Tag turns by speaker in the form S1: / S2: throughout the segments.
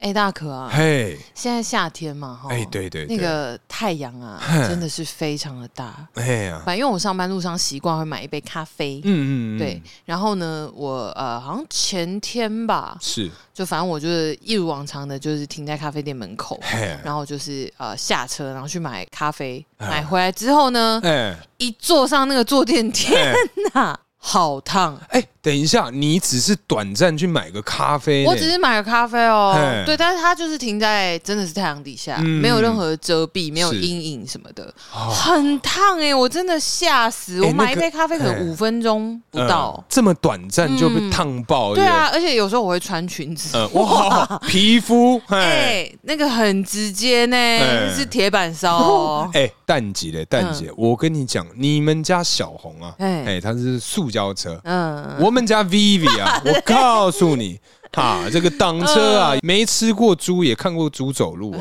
S1: 哎，大可啊，
S2: 嘿，
S1: 现在夏天嘛，哈，
S2: 哎对对对
S1: 那
S2: 嗯
S1: 个太阳啊，真的是非常的大。
S2: 嘿啊呀，
S1: 反正因为我上班路上习惯会买一杯咖啡，
S2: 嗯嗯，嗯
S1: 对，，然后呢，我呃好像前天吧，
S2: 是，
S1: 就反正我就是一如往常的，就是停在咖啡店门口，
S2: 嘿，
S1: 然后就是呃下车，然后去买咖啡，
S2: 哎
S1: 买回来之后呢，
S2: 哎
S1: 一坐上那个坐垫，天
S2: 哎
S1: 哪，好烫！
S2: 哎，等一下，你只是短暂去买个咖啡呢，
S1: 我只是买了咖啡哦
S2: 嘿，
S1: 对，但是它就是停在真的是太阳底下，
S2: 嗯
S1: 没有任何遮蔽，没有
S2: 是
S1: 阴影什么的，
S2: 哦
S1: 很烫哎、我真的吓死！
S2: 哎
S1: 我买
S2: 那
S1: 一
S2: 个
S1: 杯咖啡可能
S2: 嘿
S1: 五分钟不
S2: 呃
S1: 到，
S2: 这么短暂就被
S1: 嗯
S2: 烫爆，
S1: 对啊，而且有时候我会穿裙子，
S2: 对不对，呃，哇，皮肤，哎。
S1: 哎，那个很直接呢，
S2: 哎。
S1: 是铁板烧哦
S2: 哎，蛋姐嘞，蛋
S1: 嗯
S2: 姐，我跟你讲，你们家小红啊，
S1: 哎
S2: 哎，她是塑胶车，
S1: 嗯，
S2: 我们家 Vivi 啊，我告诉你，哈，这个挡车
S1: 嗯
S2: 啊，没吃过猪也看过猪走路啊，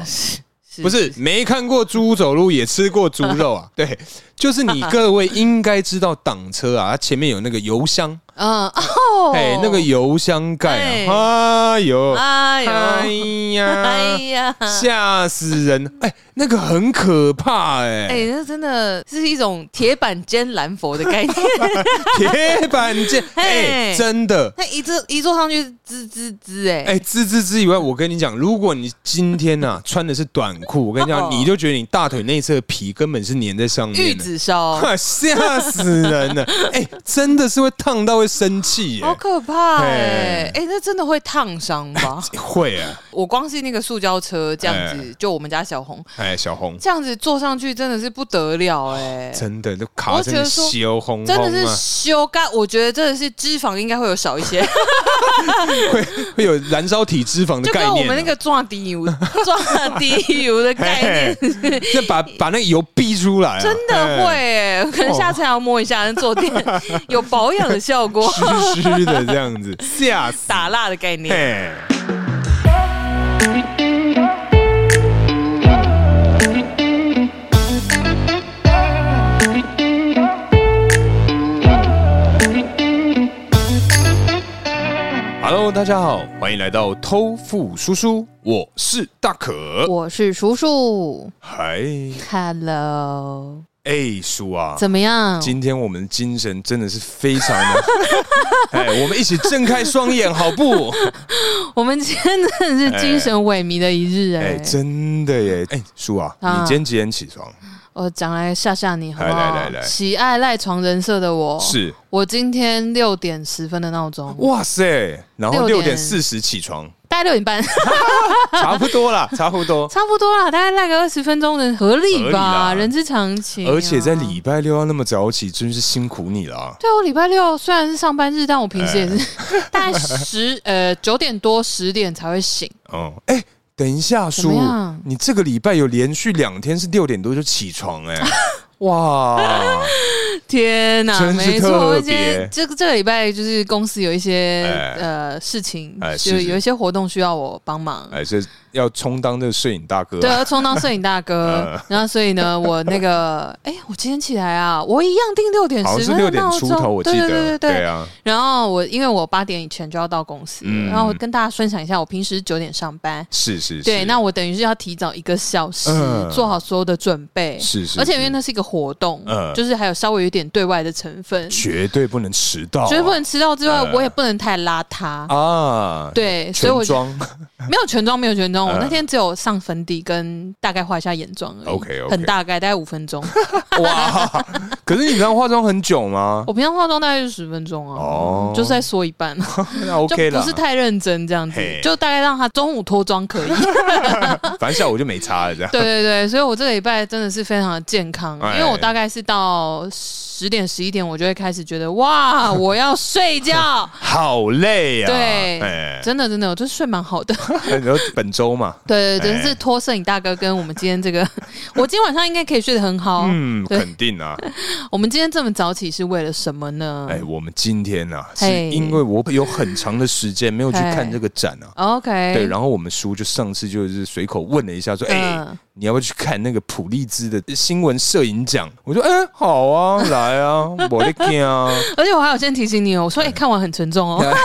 S2: 不是没看过猪走路也吃过猪肉 啊，对，就是你各位应该知道挡车啊，它前面有那个油箱，
S1: 嗯哦，
S2: 哎，那个油箱盖啊，哎呦，
S1: 哎
S2: 哎
S1: 呦，哎
S2: 呀，
S1: 呀，
S2: 吓死人！哎，那个很可怕
S1: 哎，
S2: 哎，
S1: 那真的是一种铁板煎蓝佛的概念。
S2: 铁板 剑，哎，
S1: 嘿
S2: 真的。
S1: 那一坐一坐上去，滋滋滋，哎，
S2: 哎，之之之以外，我跟你讲，如果你今天呐、穿的是短裤，我跟你讲，
S1: 哦
S2: 你就觉得你大腿内侧的皮根本是粘在上
S1: 玉
S2: 面的，哎
S1: 子 烧，
S2: 吓死人了！哎、真的是会烫到会生气耶、
S1: 好可怕
S2: 哎
S1: 哎！哎，那真的会烫伤 吧？
S2: 会啊，
S1: 我光是那个塑胶车这样子，就我们家小红
S2: 哎，小红，
S1: 这样子坐上去，真的是不得了哎。
S2: 真的都卡在那
S1: 我觉得说
S2: 小红
S1: 真的
S2: 红
S1: 是
S2: 啊，
S1: 修改，我觉得真的是脂肪应该会有少一 些，
S2: 会会有燃烧体脂肪的
S1: 就
S2: 概
S1: 跟
S2: 念
S1: 我
S2: 啊、
S1: 们那个抓低油、 抓低油的概念
S2: 嘿，嘿 那把把那个油逼出来啊、
S1: 真的会欸，可能下次还要摸一下坐 垫，有保养的效果，
S2: 嘿湿湿的这样子，吓死！
S1: 打蜡的概念。
S2: 嘿，Hello，大家好，欢迎来到偷富叔叔，我是大可。
S1: 我是叔叔
S2: 嗨，
S1: ，Hello，
S2: 哎，叔啊，
S1: 怎么样？
S2: 今天我们精神真的是非常 的，哎，我们一起睁开双眼，好不？
S1: 我们今天真的是精神萎靡的一日
S2: 哎，
S1: 哎，
S2: 真的耶！哎，叔啊，
S1: 啊
S2: 你今天几点起床？
S1: 我讲来吓吓你好不
S2: 来来
S1: 好
S2: 来来？
S1: 喜爱赖床人设的我，
S2: 是，
S1: 我今天六点十分的闹钟，
S2: 哇塞，然后六
S1: 六点
S2: 点四十起床，
S1: 大概六点半。
S2: 差不多啦，差不多。
S1: 差不多啦，大概赖个二十分钟的合
S2: 合
S1: 理
S2: 理
S1: 吧，
S2: 啦
S1: 人之常情啊、
S2: 而且在礼拜六要那么早起，真是辛苦你了啊。
S1: 对我礼拜六虽然是上班日，但我平时也是
S2: 哎
S1: 大概十呃九点多十点才会醒。
S2: 哦，哎，等一下，
S1: 怎么
S2: 叔
S1: 样，
S2: 你这个礼拜有连续两天是六点多就起床， 哎，哇，
S1: 天哪、
S2: 真是
S1: 没
S2: 特
S1: 错，
S2: 别
S1: 而且这个这个礼拜就是公司有一些、
S2: 哎
S1: 呃事情，
S2: 哎
S1: 就是
S2: 是
S1: 有一些活动需要我帮忙。
S2: 哎，这要充当这个摄影大哥
S1: 对，
S2: 啊，
S1: 要充当摄影大哥
S2: 嗯，
S1: 然后所以呢，我那个， 哎、我今天起来啊，我一样定六点
S2: 好
S1: 十
S2: 像是
S1: 分
S2: 六
S1: 的
S2: 点
S1: 闹
S2: 出
S1: 钟，
S2: 头，我记
S1: 对对
S2: 得，
S1: 对对对
S2: 对，啊，
S1: 然后我因为我八点以前就要到公司，
S2: 嗯
S1: 然后我跟大家分享一下，我平时九点上班，
S2: 是是，
S1: 对，
S2: 是
S1: 那我等于是要提早一个小时、
S2: 嗯
S1: 做好所有的准备，
S2: 是是，
S1: 而且因为
S2: 是
S1: 那是一个活动，
S2: 嗯
S1: 就是还有稍微有点对外的成分，绝
S2: 绝对不能迟到啊，
S1: 对不能迟到之外，
S2: 嗯
S1: 我也不能太邋遢。
S2: 啊，
S1: 对，所以我
S2: 全
S1: 就
S2: 装
S1: 没有全妆，没有全妆。我
S2: 嗯
S1: 那天只有上粉底跟大概画一下眼妆而已
S2: OK，OK
S1: 很大概，大概五分 钟。
S2: 哇！可是你平常化妆很久吗？
S1: 我平常化妆大概就十分钟啊，
S2: 哦
S1: 就是再缩一 半。
S2: 那 OK
S1: 就
S2: 了
S1: 不是，太认真这样子
S2: 嘿，
S1: 就大概让他中午脱妆 可以。
S2: 反正下午就没差了，这样。
S1: 对对对，所以我这个礼拜真的是非常的健康，
S2: 哎。
S1: 因为我大概是到十点十一点，我就会开始觉得哇，我要睡觉
S2: 好累啊！
S1: 对
S2: 哎，
S1: 真的真的，我就是睡蛮好的。
S2: 你说本周嘛，
S1: 对对
S2: 哎
S1: 对，就是托摄影大哥跟我们今天这个， 我今天晚上应该可以睡得很好。
S2: 嗯，
S1: 哦对
S2: 肯定啊。
S1: 我们今天这么早起是为了什么呢
S2: 哎，我们今天啊，是
S1: 嘿
S2: 因为我有很长的时间没有去
S1: 嘿
S2: 看这个展啊。
S1: ？OK，
S2: 对，然后我们叔就上次就是随口问了一下，说：“哎，
S1: 嗯
S2: 你要不要去看那个普利兹的新闻摄影奖？我说，哎、好 啊，来啊，我的天啊！
S1: 而且我还有先提醒你哦，我说哎、看完很沉 重哦。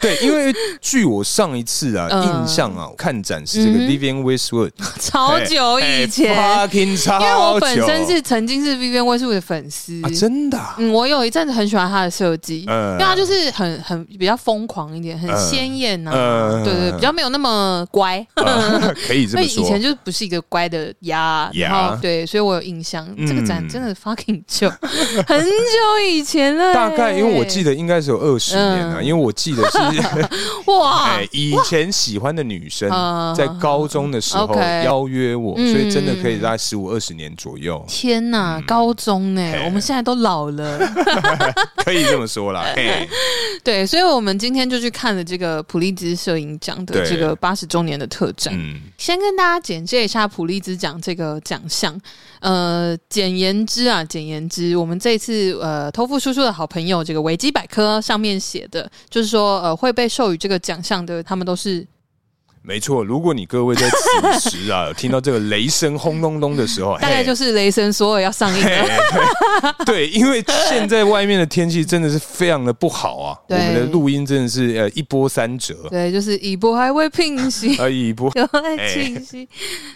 S2: 对，因为据我上一次啊、
S1: 嗯
S2: 印象啊，看展是这个
S1: 嗯哼
S2: Vivian Westwood，
S1: 超久以前，
S2: 哎，fucking 超
S1: 因
S2: 久
S1: 为我本身是曾经是 Vivian Westwood 的粉丝。
S2: 啊，真的啊、
S1: 嗯，我有一阵子很喜欢她的设计，
S2: 嗯
S1: 因为她就是很很比较疯狂一点，很鲜艳呐，啊
S2: 嗯
S1: 对对，比较没有那么乖，
S2: 啊可以
S1: 嗯
S2: 这
S1: 所
S2: 么
S1: 以以
S2: 说。
S1: 前就不是一个乖的呀，
S2: 呀
S1: 然后对，所以我有印象，
S2: 嗯
S1: 这个展真的 fucking 久，很久以前了欸，
S2: 大概因为我记得应该是有二十年啊，
S1: 嗯
S2: 因为我记得 是
S1: 欸哇
S2: 哎，以前喜欢的女生
S1: 啊
S2: 在高中的时
S1: 嗯
S2: 候
S1: OK
S2: 邀约我，
S1: 嗯，
S2: 所以真的可以在十五二十年左右
S1: 天呐，
S2: 嗯
S1: 高中呢、
S2: 嘿
S1: 我们现在都老了，
S2: 可以这么 说啦。嘿，
S1: 对，所以我们今天就去看了这个普利兹摄影奖的
S2: 对
S1: 这个八十周年的特展。
S2: 嗯，
S1: 先跟大家简介一下普利兹奖这个奖项。呃，简言之啊，简言之，我们这次呃，托付叔叔的好朋友这个维基百科上面写的，就是说呃，会被授予这个奖项的，他们都是
S2: 没错。如果你各位在此时啊 有听到这个雷声轰隆隆的时候，
S1: 大概
S2: 嘿
S1: 就是雷神索尔要上映了。
S2: 对，因为现在外面的天气真的是非常的不好啊，我
S1: 对
S2: 们的录音真的是呃一波三折，
S1: 对，就是一波还未平息，
S2: 呃一波
S1: 有爱清晰。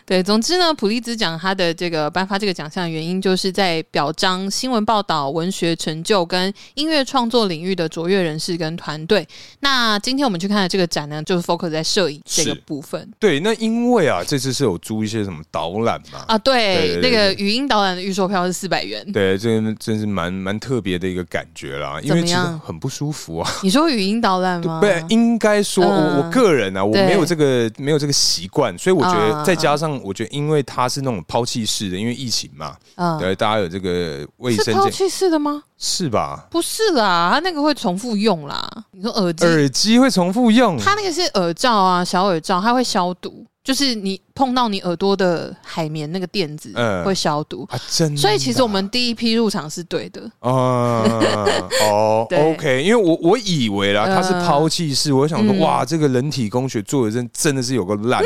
S1: 对，总之呢，普利兹奖它的这个颁发这个奖项的原因，就是在表彰新闻报道、文学成就跟音乐创作领域的卓越人士跟团队。那今天我们去看的这个展呢，就是 focus 在摄影这个
S2: 是
S1: 部分。
S2: 对。那因为啊，这次是有租一些什么导览嘛，
S1: 啊，对，
S2: 对对对
S1: 那个语音导览的预售票是四百 元。
S2: 对，这个真是蛮蛮特别的一个感觉啦，因
S1: 怎
S2: 为
S1: 么
S2: 其实
S1: 样
S2: 很不舒服啊。
S1: 你说语音导览
S2: 对
S1: 吗？
S2: 不，应该说，
S1: 嗯
S2: 我我个人啊，我
S1: 对
S2: 没有这个没有这个习惯，所以我觉
S1: 嗯嗯
S2: 得
S1: 嗯
S2: 再加上，我觉得因为它是那种抛弃式的，因为疫情嘛，
S1: 啊，
S2: 对，大家有这个卫
S1: 是
S2: 生
S1: 抛
S2: 健
S1: 弃式的吗？
S2: 是吧？
S1: 不是啦，它那个会重复用啦。你说耳机
S2: 耳机会重复用，
S1: 它那个是耳罩啊，小耳罩，它会消毒，就是你碰到你耳朵的海绵那个垫子、
S2: 嗯
S1: 会消毒。
S2: 啊，真的啊。
S1: 所以其实我们第一批入场是对的，
S2: 啊，哦
S1: 对
S2: ，OK，因为我我以为啦，它是抛弃式，我想说，
S1: 嗯
S2: 哇，这个人体工学做的真真的是有个 烂，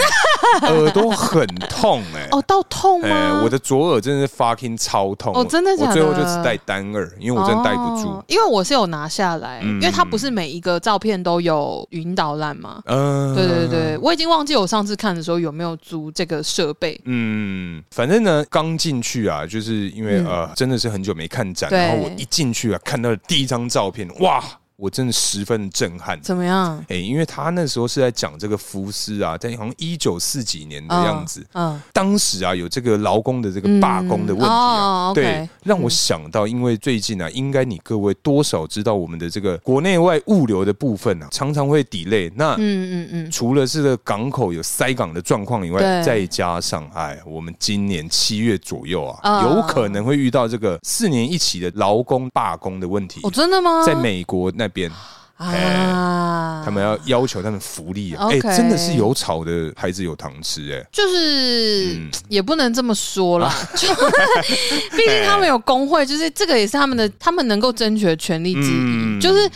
S2: 耳朵很痛哎。
S1: 哦，到痛
S2: 哎、
S1: 吗？
S2: 我的左耳真的是 fucking 超痛！
S1: 哦真的假的
S2: 我最后就只戴单耳，因为我真的戴不住。
S1: 哦因为我是有拿下来，
S2: 嗯
S1: 因为它不是每一个照片都有语音导览嘛。
S2: 嗯，
S1: 对对对，，我已经忘记我上次看的时候有没有租这个设备。
S2: 嗯，反正呢，刚进去啊，就是因为、
S1: 嗯
S2: 呃，真的是很久没看展，
S1: 对
S2: 然后我一进去啊，看到第一张照片，哇，我真的十分震撼。
S1: 怎么样？
S2: 哎、因为他那时候是在讲这个福斯啊，在好像一九四几年的
S1: 嗯
S2: 样子，
S1: 嗯，
S2: 当时啊有这个劳工的这个罢工的问题啊。
S1: 哦 OK
S2: 对，让我想到，因为最近啊，应该你各位多少知道我们的这个国内外物流的部分啊，常常会 delay。那
S1: 嗯嗯嗯，
S2: 除了是港口有塞港的状况以外，
S1: 对
S2: 再加上哎，我们今年七月左右啊，
S1: 啊
S2: 有可能会遇到这个四年一起的劳工罢工的问题
S1: 哦，。真的吗？
S2: 在美国那边，
S1: 啊，
S2: 他们要要求他们福利啊，哎，
S1: OK
S2: 真的是有草的孩子有糖吃，哎，
S1: 就是、
S2: 嗯啊
S1: 也不能这么说啦，就 毕
S2: 哎
S1: 竟他们有工会，就是这个也是他们的，他们能够争取的权利之一，
S2: 嗯
S1: 就是。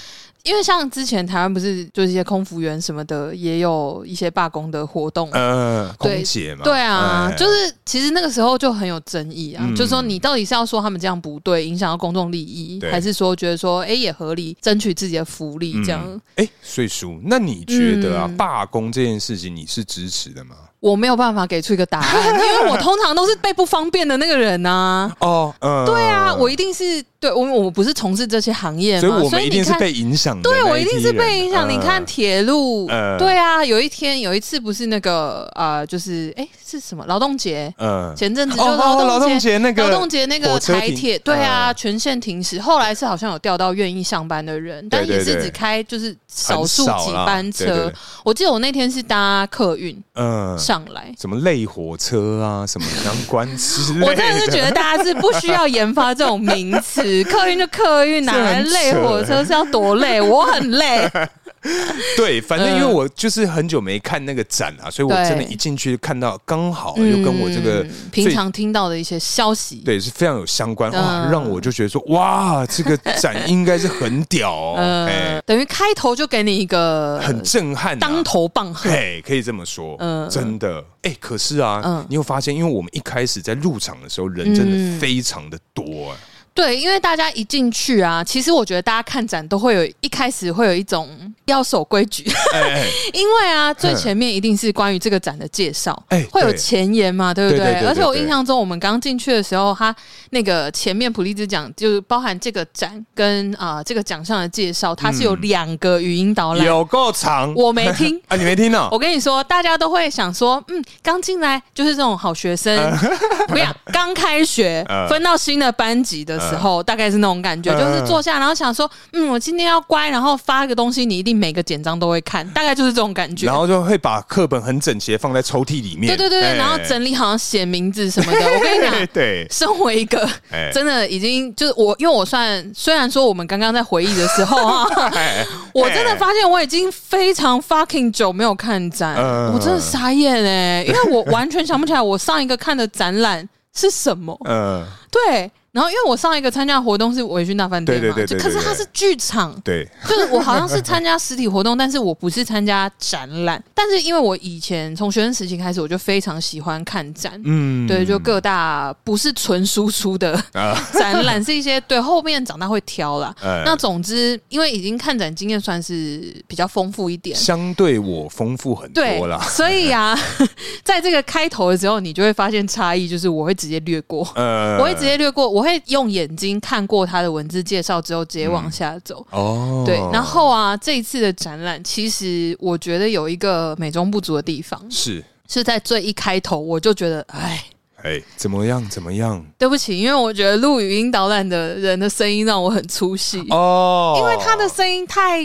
S1: 因为像之前台湾不是就是一些空服员什么的，也有一些罢工的活动，
S2: 呃，
S1: 对
S2: 空姐嘛，
S1: 对啊，
S2: 哎
S1: 就是其实那个时候就很有争议啊，
S2: 嗯
S1: 就是说你到底是要说他们这样不对，影响到公众利益，
S2: 对
S1: 还是说觉得说哎、也合理，争取自己的福利这样？
S2: 嗯哎，所以叔，那你觉得啊
S1: 嗯，
S2: 罢工这件事情你是支持的吗？
S1: 我没有办法给出一个答案，因为我通常都是被不方便的那个人啊呐、
S2: 哦，嗯，
S1: 对啊，我一定是对我我不是从事这些行业嘛，
S2: 所以
S1: 所
S2: 我们
S1: 以
S2: 一定
S1: 你
S2: 是
S1: 看，
S2: 被影响的那
S1: 对
S2: 批人，
S1: 我一定是被影响。你看
S2: 嗯
S1: 铁路，
S2: 呃
S1: 对啊，有一天有一次不是那个呃，就是哎、是什么劳动节？
S2: 嗯，
S1: 前阵子就
S2: 哦哦，劳
S1: 劳动
S2: 动
S1: 节。
S2: 节那个
S1: 劳动节那
S2: 火
S1: 个
S2: 车
S1: 台
S2: 停
S1: 铁，对啊，
S2: 呃
S1: 全线停驶。后来是好像有调到愿意上班的人，但
S2: 对
S1: 也
S2: 对
S1: 是
S2: 对
S1: 只开就是少
S2: 很
S1: 数
S2: 少
S1: 几
S2: 啦
S1: 班
S2: 对对
S1: 车
S2: 对。
S1: 我记得我那天是搭客运
S2: 嗯，
S1: 上来，
S2: 什么类火车啊，什么阳关之类
S1: 我真的是觉得大家是不需要研发这种 名词，客运就客运，哪来累火车是要多累？我很累，
S2: 对，反
S1: 嗯
S2: 正因为我就是很久没看那个展啊，所以我真的一进去看到，刚好又跟我这个
S1: 嗯平常嗯听到的一些消息，
S2: 对是非常有相关，哇，让我就觉得说，哇，这个展应该是很 屌哦，哎
S1: 呃，，等于开头就给你一个
S2: 很震撼啊，
S1: 当头棒喝，
S2: 嘿，可以这么说，
S1: 嗯
S2: 真的。哎、可是啊，
S1: 嗯
S2: 你有发现，因为我们一开始在入场的时候，人真的非常的多、哎
S1: 对，因为大家一进去啊，其实我觉得大家看展都会有一开始会有一种要守规矩，
S2: 哎、 哎
S1: 因为啊，最前面一定是关于这个展的介绍，
S2: 哎
S1: 会有
S2: 对
S1: 前言嘛，对不
S2: 对对对对
S1: 而且我印
S2: 对
S1: 象中，我们刚进去的时候，他那个前面普利兹奖就是包含这个展跟啊、这个奖项的介绍，它是有两个语音导览，
S2: 有够长
S1: 我没听。
S2: 啊！你没听到、
S1: 我跟你说，大家都会想说，嗯，刚进来就是这种好学生。 我跟你讲，刚开学
S2: 呃
S1: 分到新的班级的时候，大概是那种感觉，就是坐下，然后想说，嗯，我今天要乖，然后发个东西，你一定每个简章都会看，大概就是这种感觉。
S2: 然后就会把课本很整齐地放在抽屉里面，
S1: 对对对
S2: 哎
S1: 对，然后整啊理好像写名字什么 的。我跟你
S2: 哎
S1: 讲，
S2: 对，
S1: 身为一个
S2: 哎
S1: 真的已经就是我，因为我算虽然说我们刚刚在回忆的时候 啊，
S2: 哎
S1: 我真的发现我已经非常 fucking 久没有看展，
S2: 嗯
S1: 我真的傻眼哎、因为我完全想不起来我上一个看的展览是什么。
S2: 呃，
S1: 对，然后因为我上一个参加的活动是维军大饭店嘛，
S2: 对对对对
S1: 就可是
S2: 对对
S1: 它是剧场，
S2: 对，
S1: 就是我好像是参加实体活动，但是我不是参加展览。但是因为我以前从学生时期开始，我就非常喜欢看展，
S2: 嗯，
S1: 对，就各大不是纯输出的
S2: 啊，
S1: 展览，是一些对后面长大会挑啦。
S2: 哎
S1: 那总之，因为已经看展经验算是比较丰富一点。
S2: 相对我丰富很
S1: 对
S2: 多，啦。
S1: 所以啊， 在这个开头的时候，你就会发现差异，就是我会直接略过，
S2: 呃，
S1: 我会直接略过，我会用眼睛看过他的文字介绍之后，直接
S2: 嗯
S1: 往下走。
S2: 哦，
S1: 对，然后啊，这一次的展览，其实我觉得有一个美中不足的地方，
S2: 是，
S1: 是在最一开头我就觉得，哎，
S2: 哎，怎么样？怎么样？
S1: 对不起，因为我觉得录语音导览的人的声音让我很出戏，
S2: 哦，
S1: 因为他的声音太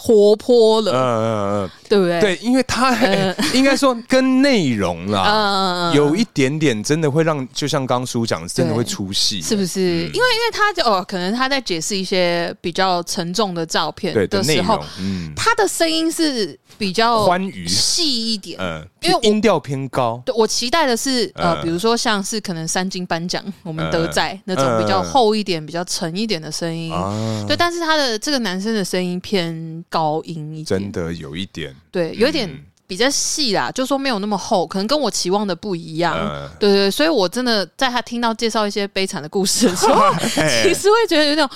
S1: 活泼
S2: 呃，
S1: 了，
S2: 呃呃
S1: 对不对？呃
S2: 对，因为它、 应该说跟内容啦。
S1: 嗯，嗯，嗯
S2: 有一点点真的会让，就像刚叔讲，真的
S1: 对
S2: 会出戏，
S1: 是不是？因为
S2: 嗯
S1: 因为他就哦，可能他在解释一些比较沉重的照片
S2: 对的内
S1: 时候
S2: 容，，嗯，
S1: 他的声音是比较
S2: 欢愉，
S1: 细一点，
S2: 嗯，
S1: 因为我
S2: 音调偏高，
S1: 对，我期待的是，呃，
S2: 嗯
S1: 比如说像是可能三金颁奖，我们德仔、那种
S2: 嗯
S1: 比较厚一点、比较沉一点的声音，
S2: 啊，
S1: 对。但是他的这个男生的声音偏高音一点，
S2: 真的有一点，
S1: 对，有一点
S2: 嗯
S1: 比较细啦，就说没有那么厚，可能跟我期望的不一样。
S2: 嗯
S1: 对对，对所以我真的在他听到介绍一些悲惨的故事的时 候， 其实会觉得有点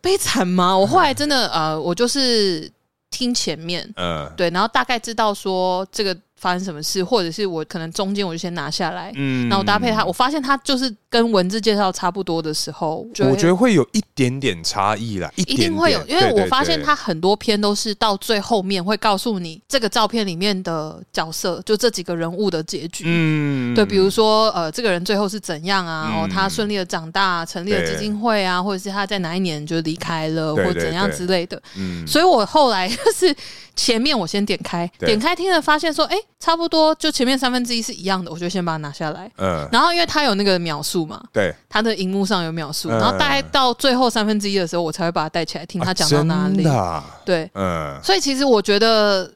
S1: 悲惨吗？我后来真的呃，我就是听前面，
S2: 嗯
S1: 对，然后大概知道说这个发生什么事，或者是我可能中间我就先拿下来，
S2: 嗯
S1: 然后搭配它，我，发现它就是跟文字介绍差不多的时候，就会
S2: 我觉得会有一点点差异啦，一
S1: 一
S2: 点点
S1: 定会有，因为
S2: 对对
S1: 我发现
S2: 对
S1: 它很多篇都是到最后面会告诉你这个照片里面的角色，就这几个人物的结局。
S2: 嗯
S1: 对，比如说，呃，这个人最后是怎样啊？哦，
S2: 嗯
S1: 他顺利的长大，成立了
S2: 对
S1: 基金会啊，或者是他在哪一年就离开了，
S2: 对
S1: 或
S2: 对
S1: 怎样
S2: 对
S1: 之类的。
S2: 嗯
S1: 所以我后来就是前面我先点开，
S2: 对
S1: 点开听了，发现说，哎，差不多就前面三分之一是一样的，我就先把它拿下来。
S2: 嗯，
S1: 然后因为它有那个秒数嘛，
S2: 对，
S1: 他的荧幕上有秒数，
S2: 嗯
S1: 然后大概到最后三分之一的时候，我才会把它带起来听他讲到哪
S2: 啊真
S1: 里。
S2: 的啊
S1: 对，
S2: 嗯，
S1: 所以其实我觉得，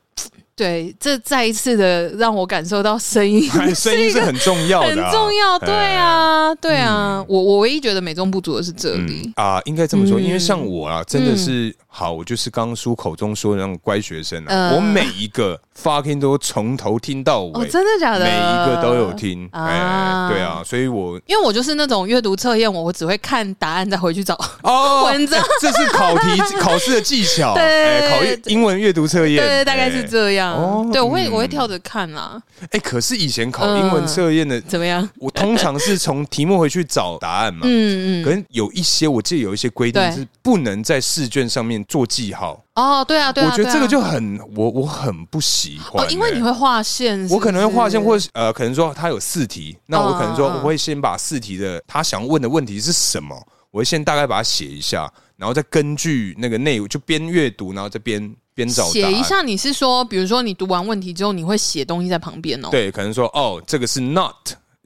S1: 对，这再一次的让我感受到声音
S2: 声音是很重 要
S1: 很
S2: 的啊，
S1: 重要。对啊，对啊，我我唯一觉得美中不足的是这
S2: 嗯
S1: 里。
S2: 啊，应该这么说，
S1: 嗯
S2: 因为像我啊，真的是好，我就是刚叔口中说的那种乖学生啊，
S1: 嗯
S2: 我每一个 fucking 都从头听到
S1: 哦，
S2: 尾，
S1: 真的假的？
S2: 每一个都有。听，
S1: 啊
S2: 哎，对啊，所 以我
S1: 因为我就是那种阅读测验，我我只会看答案再回去找。
S2: 哦，
S1: 文章
S2: 哎这是考题考试的技巧，
S1: 对
S2: 哎考
S1: 对
S2: 阅英文阅读测验，
S1: 对对，大概
S2: 哎
S1: 是。这样。
S2: 哦
S1: 对，我会
S2: 嗯
S1: 我会跳着看啦。
S2: 哎，可是以前考
S1: 嗯
S2: 英文测验的，
S1: 怎么样？
S2: 我通常是从题目回去找答案嘛。
S1: 嗯
S2: 可
S1: 嗯。
S2: 能有一些，我记得有一些规定
S1: 对
S2: 是不能在试卷上面做记号，
S1: 哦，对啊，对啊。
S2: 我觉
S1: 对
S2: 得
S1: 啊
S2: 这个就很我我很不喜欢、
S1: 哦，因为你会画线是不是，
S2: 欸我可能会划线，或者是呃，可能说他有四题，那我可能说
S1: 嗯嗯嗯
S2: 我会先把四题的他想问的问题是什么，我会先大概把它写一下，然后再根据那个内容就边阅读，然后再边边找答
S1: 写
S2: 案。
S1: 一下。你是说，比如说你读完问题之后，你会写东西在旁边哦？
S2: 对，可能说哦，这个是 not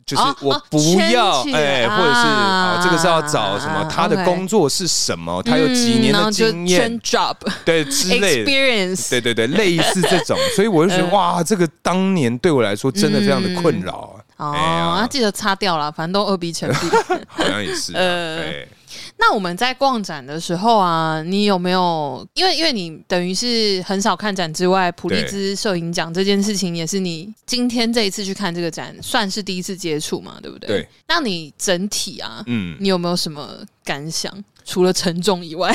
S2: 就是
S1: 哦
S2: 我
S1: 哦
S2: 不
S1: 圈
S2: 要
S1: 起
S2: 哎，
S1: 来
S2: 或者是啊，这个是要找什
S1: 啊
S2: 么？他的
S1: OK
S2: 工作是什么？他有几
S1: 嗯然
S2: 年的
S1: 后就
S2: 经
S1: 圈？
S2: 验
S1: job
S2: 对之类的。
S1: experience，
S2: 对对对，类似这种，所以我就觉得
S1: 嗯
S2: 哇，这个当年对我来说真的非常的困扰啊。
S1: 哦，
S2: 哎
S1: 那、
S2: 呀，
S1: 记得擦掉了，反正都二 B 成 B。
S2: 好像也是啊。
S1: 呃
S2: 哎，
S1: 那我们在逛展的时候啊，你有没有？因为因为你等于是很少看展之外，普利兹摄影奖这件事情也是你今天这一次去看这个展，算是第一次接触嘛，对不对？
S2: 对。
S1: 那你整体啊，
S2: 嗯，
S1: 你有没有什么感想？除了沉重以外，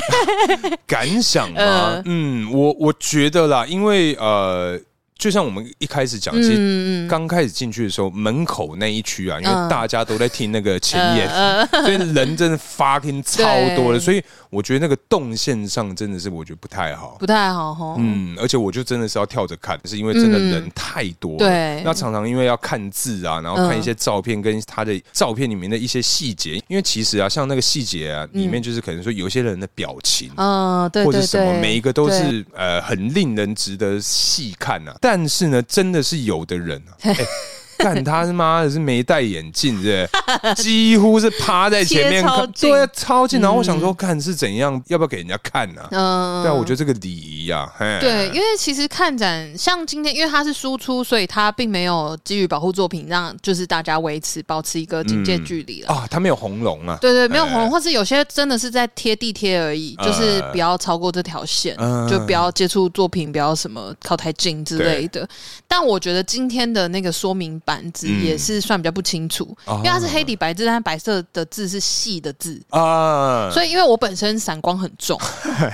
S2: 感想吗
S1: 呃？
S2: 嗯，我我觉得啦，因为呃，就像我们一开始讲，啊其实
S1: 嗯嗯
S2: 刚开始进去的时候，门口那一区啊，因为
S1: 嗯
S2: 大家都在听那个前言，
S1: 呃嗯呃
S2: 所以人真的 fucking 超 多
S1: 对
S2: 了，所以我觉得那个动线上真的是我觉得不太好。
S1: 不太好哈。
S2: 嗯，而且我就真的是要跳着看，是因为真的
S1: 嗯
S2: 人太多了。
S1: 对
S2: 那常常因为要看字啊，然后
S1: 嗯
S2: 看一些照片跟他的照片里面的一些细节，因为其实啊，像那个细节啊，里面就是可能说有些人的表情。
S1: 嗯、对
S2: 或
S1: 对对，
S2: 者什么，每一个都
S1: 对
S2: 是呃很令人值得细看呐、啊。但是呢，真的是有的人 啊，哎干他妈的是没戴眼镜，是不 是几乎是趴在前面
S1: 贴超
S2: 看，
S1: 近
S2: 对啊，超近。然后我想说，干是怎样，要不要给人家看呢、啊？
S1: 嗯，
S2: 对啊，我觉得这个礼仪啊，嘿
S1: 对，因为其实看展像今天，因为它是输出，所以它并没有基于保护作品让就是大家维持保持一个警戒距离了。
S2: 啊，他没有红龙啊，
S1: 对对，没有
S2: 哎
S1: 红龙，或是有些真的是在贴地贴而已，
S2: 呃
S1: 就是不要超过这条线，
S2: 嗯
S1: 就不要接触作品，不要什么靠太近之类的。但我觉得今天的那个说明板子
S2: 嗯
S1: 也是算比较不清楚，
S2: 哦
S1: 因为它是黑底白字，但它白色的字是细的字，
S2: 啊，
S1: 所以因为我本身散光很 重，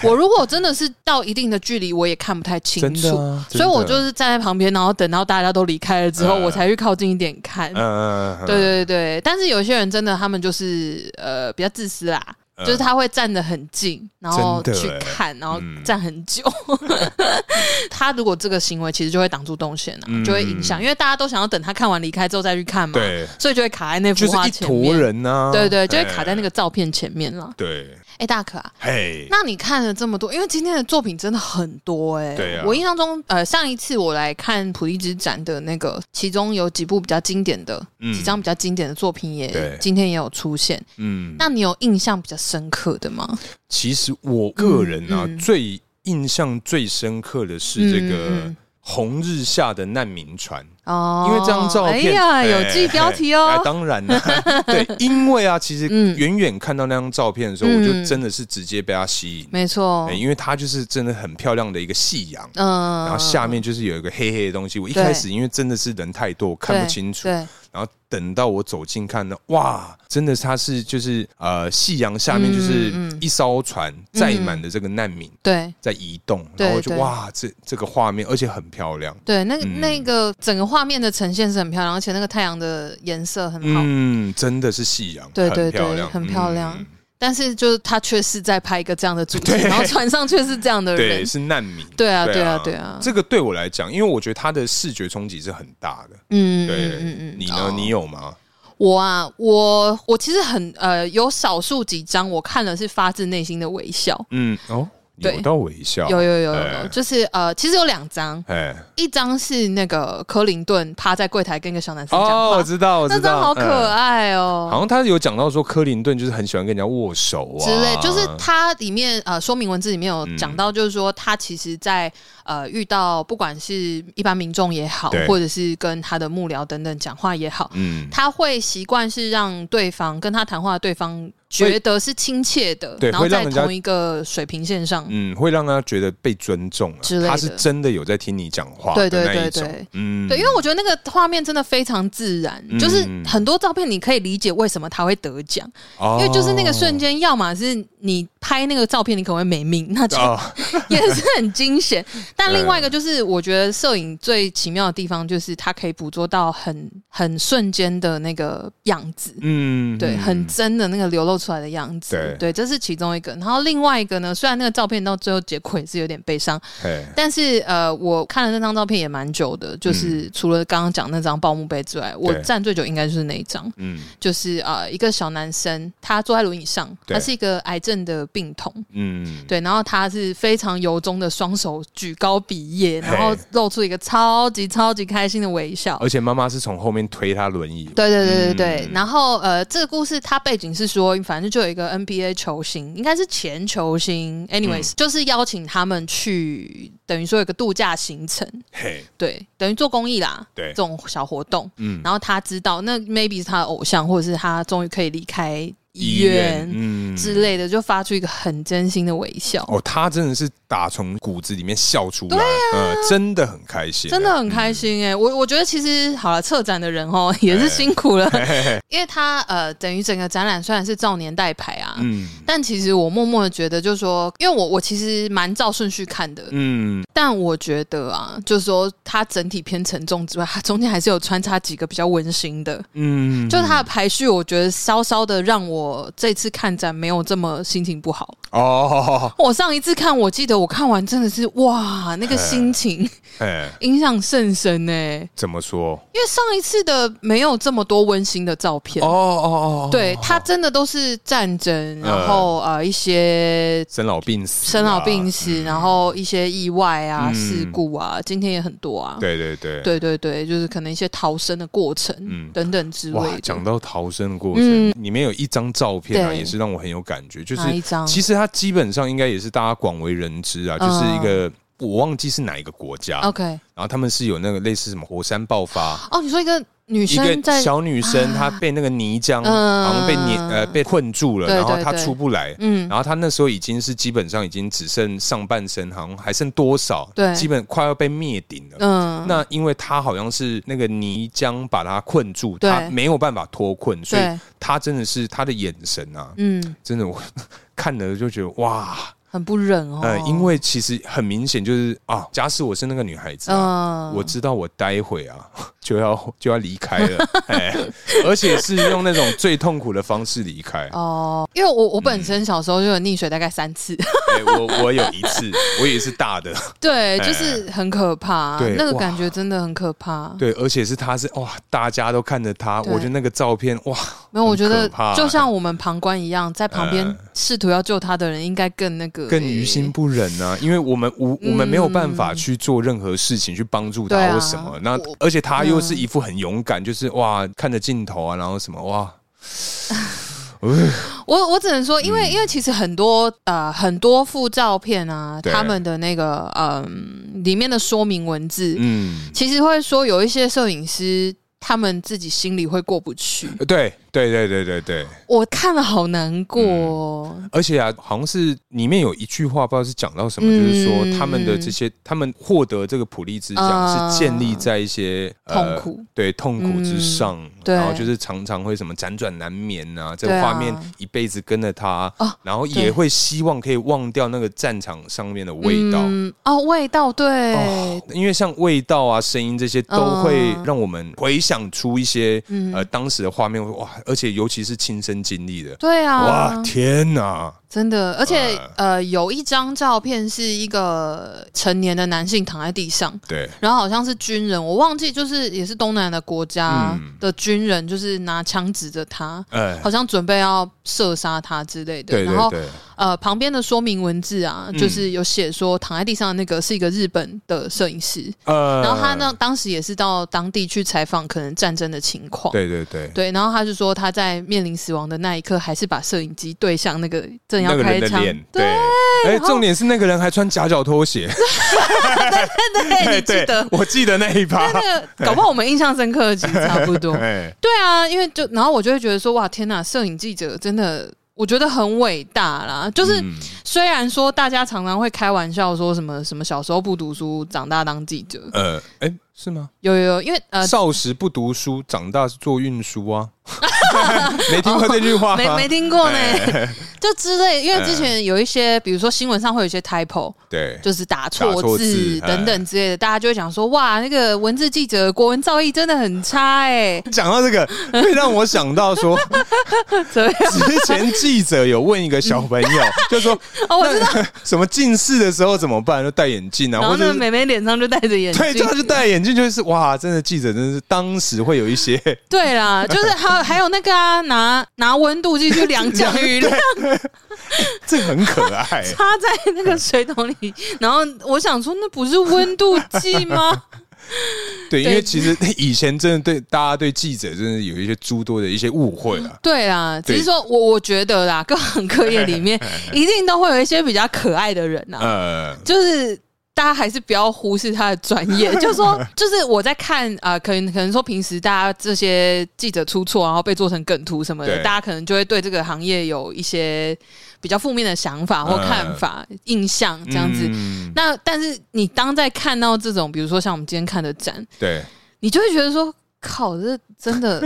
S1: 我如果真的是到一定的距离，我也看不太清
S2: 真的
S1: 楚。
S2: 啊，真
S1: 所以我
S2: 的
S1: 就是站在旁边，然后等到大家都离开了之后，
S2: 嗯
S1: 我才去靠近一点看。
S2: 嗯嗯嗯
S1: 对对对，但是有些人真的，他们就是呃比较自私啦，
S2: 嗯
S1: 就是他会站得很近，然后
S2: 真的
S1: 去
S2: 欸
S1: 看，然后
S2: 嗯
S1: 站很久。 他如果这个行为其实就会挡住动线啊，
S2: 嗯
S1: 就会影响，因为大家都想要等他看完离开之后再去看嘛，
S2: 对，
S1: 所以就会卡在那
S2: 就
S1: 幅
S2: 是
S1: 画
S2: 一
S1: 前
S2: 坨
S1: 面。
S2: 人呐，
S1: 对对，就会卡
S2: 哎
S1: 在那个照片前面了。
S2: 对，
S1: 哎、大可啊，
S2: 嘿，
S1: 那你看了这么多，因为今天的作品真的很多哎、
S2: 对啊
S1: 我印象中，呃，上一次我来看普利兹展的那个，其中有几部比较经典的，
S2: 嗯
S1: 几张比较经典的作品也
S2: 对
S1: 今天也有出现。
S2: 嗯，
S1: 那你有印象比较深刻的吗？
S2: 其实我个人啊，
S1: 嗯嗯
S2: 最印象最深刻的是这
S1: 嗯嗯
S2: 个
S1: 嗯
S2: 红日下的难民船，
S1: 哦，
S2: 因为这张照片，
S1: 哎呀，
S2: 哎
S1: 有记标题哦
S2: 哎。当然了， 对，因为啊，其实
S1: 嗯
S2: 远远看到那张照片的时候，
S1: 嗯哦
S2: 我就真的是直接被它吸引，
S1: 没错
S2: 哎，因为它就是真的很漂亮的一个夕阳。
S1: 嗯，
S2: 然后下面就是有一个黑黑的东西，我一
S1: 对
S2: 开始因为真的是人太多，我看不
S1: 对
S2: 清楚。
S1: 对，
S2: 然后等到我走近看呢，哇，真的它是就是呃，夕阳下面就是
S1: 嗯嗯
S2: 一艘船载满的这个难民
S1: 对
S2: 在移动，
S1: 对
S2: 然后我就
S1: 对
S2: 哇，这这个画面，而且很漂亮，
S1: 对，那个、
S2: 嗯
S1: 那个整个画面的呈现是很漂亮，而且那个太阳的颜色很好。
S2: 嗯，真的是夕阳，
S1: 对对
S2: 很漂
S1: 对
S2: 亮，
S1: 很漂亮
S2: 嗯
S1: 但是就是他却是在拍一个这样的主 题，然后船上却是这样的人
S2: 对，，是难民。
S1: 对啊，对
S2: 对
S1: 啊
S2: 啊，
S1: 对啊，
S2: 这个对我来讲，因为我觉得它的视觉冲击是很大的。
S1: 嗯
S2: 对，你呢？你
S1: 有
S2: 有吗？
S1: 我啊，我我其实很呃，有少数几张我看了是发自内心的微笑，
S2: 嗯，哦，
S1: 对
S2: 有到微笑，
S1: 有有有有有，
S2: 哎
S1: 就是呃，其实有两张，
S2: 哎，
S1: 一张是那个克林顿趴在柜台跟一个小男生讲
S2: 哦，
S1: 话，
S2: 我知道，我
S1: 那
S2: 知
S1: 张
S2: 道，
S1: 好可
S2: 嗯
S1: 爱哦。
S2: 好像他有讲到说，克林顿就是很喜欢跟人家握手啊
S1: 之类，就是它里面呃说明文字里面有讲到，就是说他其实在呃遇到不管是一般民众也好，
S2: 对
S1: 或者是跟他的幕僚等等讲话也好，
S2: 嗯，
S1: 他会习惯是让对方跟他谈话的对方觉得是亲切的，
S2: 对
S1: 然后
S2: 会让
S1: 在
S2: 人家
S1: 同一个水平线上。
S2: 嗯，会让他觉得被尊重、啊
S1: 之类的
S2: 他是真的有在听你讲话
S1: 对
S2: 的
S1: 对
S2: 那一
S1: 对
S2: 种，
S1: 对
S2: 嗯，
S1: 对，因为我觉得那个画面真的非常自然，
S2: 嗯
S1: 就是很多照片你可以理解为什么他会得奖，
S2: 哦
S1: 因为就是那个瞬间，要么是你拍那个照片你可能会没命，那就
S2: 哦，
S1: 也是很惊险。但另外一个就是，我觉得摄影最奇妙的地方就是它可以捕捉到很很瞬间的那个样子。
S2: 嗯，
S1: 对，
S2: 嗯
S1: 很真的那个流露出来的样子，
S2: 对
S1: 这是其中一个。然后另外一个呢，虽然那个照片到最后结果也是有点悲 伤，
S2: 嘿
S1: 但是呃，我看了那张照片也蛮久的，就是除了刚刚讲那张报幕杯之外，我
S2: 嗯对
S1: 站最久应该就是那一张，
S2: 嗯
S1: 就是呃，一个小男生他坐在轮椅上，
S2: 对
S1: 他是一个癌症的病童。
S2: 嗯，
S1: 对，然后他是非常由衷的双手举高比耶，然后
S2: 嘿哦
S1: 露出一个超级超级开心的微笑。
S2: 而且妈妈是从后面推他轮椅，
S1: 对对对对
S2: 嗯
S1: 对，然后呃，这个故事它背景是说，反正就有一个 NBA 球星，应该是前球星，anyways，、就是
S2: 嗯
S1: 邀请他们去，等于说有个度假行程，
S2: 嘿，
S1: 对，等于做公益啦，
S2: 对
S1: 这种小活动。
S2: 嗯，
S1: 然后他知道，那 maybe 是他的偶像，或者是他终于可以离开医院
S2: 嗯
S1: 之类的，就发出一个很真心的微笑，
S2: 哦，他真的是打从骨子里面笑出来，呃，真的很开心，
S1: 啊真的很开心哎、我我觉得其实好了，策展的人哦也
S2: 哎
S1: 是辛苦了， 因为他呃等于整个展览虽然是照年代排啊，
S2: 嗯，
S1: 但其实我默默的觉得，就是说，因为我我其实蛮照顺序看的，
S2: 嗯
S1: 但我觉得啊，就是说它整体偏沉重之外，它中间还是有穿插几个比较温馨的，
S2: 嗯，
S1: 就是它的排序，我觉得稍稍的让我这次看展没有这么心情不好。
S2: 哦，
S1: 我上一次看，我记得我看完真的是哇，那个心情
S2: 哎，
S1: 影响甚深呢、欸
S2: 怎么说？
S1: 因为上一次的没有这么多温馨的照片。
S2: 哦哦哦，
S1: 对，它真的都是战争，然后
S2: 嗯
S1: 呃一些
S2: 生老病死，啊
S1: 生老病，死，然后一些意外啊、
S2: 嗯
S1: 事故啊，今天也很多啊。
S2: 对对对，
S1: 对对对就是可能一些逃生的过程、
S2: 嗯
S1: 等等之类
S2: 哇，
S1: 的。
S2: 讲到逃生的过程，里面有一张照片
S1: 嗯
S2: 啊，
S1: 对
S2: 也是让我很有感觉，就是
S1: 哪一张？嗯
S2: 其实它基本上应该也是大家广为人知啊，就是一个。我忘记是哪一个国家，
S1: OK，
S2: 然后他们是有那个类似什么火山爆发，
S1: 哦，你说一个女
S2: 一
S1: 生
S2: 个
S1: 在
S2: 小女生，
S1: 啊
S2: 她被那个泥浆，
S1: 嗯
S2: 好像被粘呃被困住了，
S1: 对
S2: 然后
S1: 对
S2: 她
S1: 对
S2: 出不来。
S1: 嗯，
S2: 然后她那时候已经是基本上已经只剩上半身，好像还剩多少，
S1: 对
S2: 基本快要被灭顶了。
S1: 嗯，
S2: 那因为她好像是那个泥浆把她困住，
S1: 对
S2: 她没有办法脱困，所以
S1: 对
S2: 她真的是她的眼神啊，
S1: 嗯，
S2: 真的我 看了就觉得哇，
S1: 很不忍哦。
S2: 呃，因为其实很明显就是啊，假使我是那个女孩子啊，
S1: 嗯，
S2: 我知道我待会啊 就要就要离开 了，哎，而且是用那种最痛苦的方式离开。
S1: 哦，因为我我本
S2: 嗯
S1: 身小时候就有溺水大概三次，
S2: 哎，我我有一次，我也是 大的，
S1: 对，就是很可怕，
S2: 哎对
S1: 那个
S2: 哇
S1: 感觉真的很可怕。
S2: 对，而且是他是哇，大家都看着他，
S1: 对
S2: 我觉得那个照片哇，
S1: 没有，我觉得
S2: 很可怕
S1: 就像我们旁观一样，在旁边
S2: 呃
S1: 试图要救他的人，应该更那个
S2: 哎更于心不忍啊，因为我们无我们没有办法去做任何事情去帮
S1: 嗯
S2: 助
S1: 对
S2: 他
S1: 啊
S2: 或什么，那
S1: 我嗯
S2: 而且他又是一副很勇敢，就是哇看着镜头啊，然后什么哇，
S1: 我我只能说，因
S2: 嗯
S1: 为、因为其实很多呃很多副照片啊，
S2: 对
S1: 他们的那个嗯、里面的说明文字，
S2: 嗯，
S1: 其实会说有一些摄影师他们自己心里会过不去，
S2: 对对对对对对。
S1: 我看了好难过、哦
S2: 而且啊，好像是里面有一句话，不知道是讲到什么，
S1: 嗯
S2: 就是说他们的这些，他们获得这个普利兹奖
S1: 啊
S2: 是建立在一些、呃
S1: 痛苦，嗯
S2: 对痛苦之上，
S1: 对
S2: 然后就是常常会什么辗转难眠啊，这
S1: 对
S2: 个
S1: 啊
S2: 画面一辈子跟着他，
S1: 哦
S2: 然后也会希望可以忘掉那个战场上面的味道。
S1: 嗯哦，味道对、
S2: 哦，因为像味道啊、声音这些，都会
S1: 嗯
S2: 让我们回想出一些、
S1: 嗯
S2: 呃当时的画面。哇，而且尤其是亲身经历的，
S1: 对
S2: 哇，
S1: 啊，
S2: 天哪！
S1: 真的，而且
S2: 呃
S1: 呃有一张照片是一个成年的男性躺在地上，
S2: 对，
S1: 然后好像是军人，我忘记就是也是东南亚的国家
S2: 嗯
S1: 的军人，就是拿枪指着他，
S2: 哎，
S1: 好像准备要射杀他之类的。
S2: 对
S1: 然
S2: 对
S1: 后
S2: 对，
S1: 呃，旁边的说明文字啊，
S2: 嗯
S1: 就是有写说躺在地上的那个是一个日本的摄影师，
S2: 呃
S1: 然后他呢，当时也是到当地去采访可能战争的情况。
S2: 对对对，
S1: 对，然后他就说他在面临死亡的那一刻，还是把摄影机对向那个正
S2: 那
S1: 要
S2: 个
S1: 开
S2: 人的
S1: 枪，
S2: 脸，对，哎，
S1: 然后
S2: 重点是那个人还穿夹脚拖鞋，。
S1: 哎对，你记得
S2: 我记得那一趴，
S1: 那个搞不好我们印象深刻的其实差不多，
S2: 哎，
S1: 对啊，因为就然后我就会觉得说，哇，天呐，摄影记者真的。我觉得很伟大啦，就是
S2: 嗯
S1: 虽然说大家常常会开玩笑说什么什么小时候不读书，长大当记者，
S2: 呃，哎，是吗？
S1: 有有有，因为 呃
S2: 少时不读书，长大是做运输 啊，没听过这句话
S1: 哦没
S2: 吗？
S1: 没听过呢， 就之类，因为之前有一些，比如说新闻上会有一些 typo，
S2: 对，
S1: 就是打
S2: 打
S1: 错
S2: 错
S1: 字
S2: 字
S1: 等等之类的，大家就会讲说哇，那个文字记者国文造诣真的很差哎、
S2: 讲到这个，会让我想 到说，
S1: 怎么样？
S2: 之前记者有问一个小朋友，就说
S1: 哦， 我知道，
S2: 那什么近视的时候怎么办？就戴眼镜啊，
S1: 然后
S2: 或
S1: 那
S2: 者
S1: 个
S2: 是
S1: 美眉脸上就戴着眼
S2: 对，
S1: 镜
S2: 就，他就戴眼镜，就是哇，真的记者真的是当时会有一些
S1: 对啦，就是还有还有那个啊，拿拿温度计去量降雨量，。
S2: 这很可爱
S1: 插在那个水桶里，然后我想说，那不是温度计吗？
S2: 对，因
S1: 对
S2: 为其实以前真的对大家对记者真的有一些诸多的一些误会啊。
S1: 对啦，只
S2: 对
S1: 是说我我觉得啦，各行各业里面一定都会有一些比较可爱的人啊呐、
S2: 呃，
S1: 就是。大家还是不要忽视他的专业， 就说就是我在看啊、呃可能可能说平时大家这些记者出错，然后被做成梗图什么的，
S2: 对
S1: 大家可能就会对这个行业有一些比较负面的想法或看法、印象这样子。
S2: 嗯
S1: 那但是你当在看到这种，比如说像我们今天看的展，
S2: 对，
S1: 你就会觉得说，靠，这真 的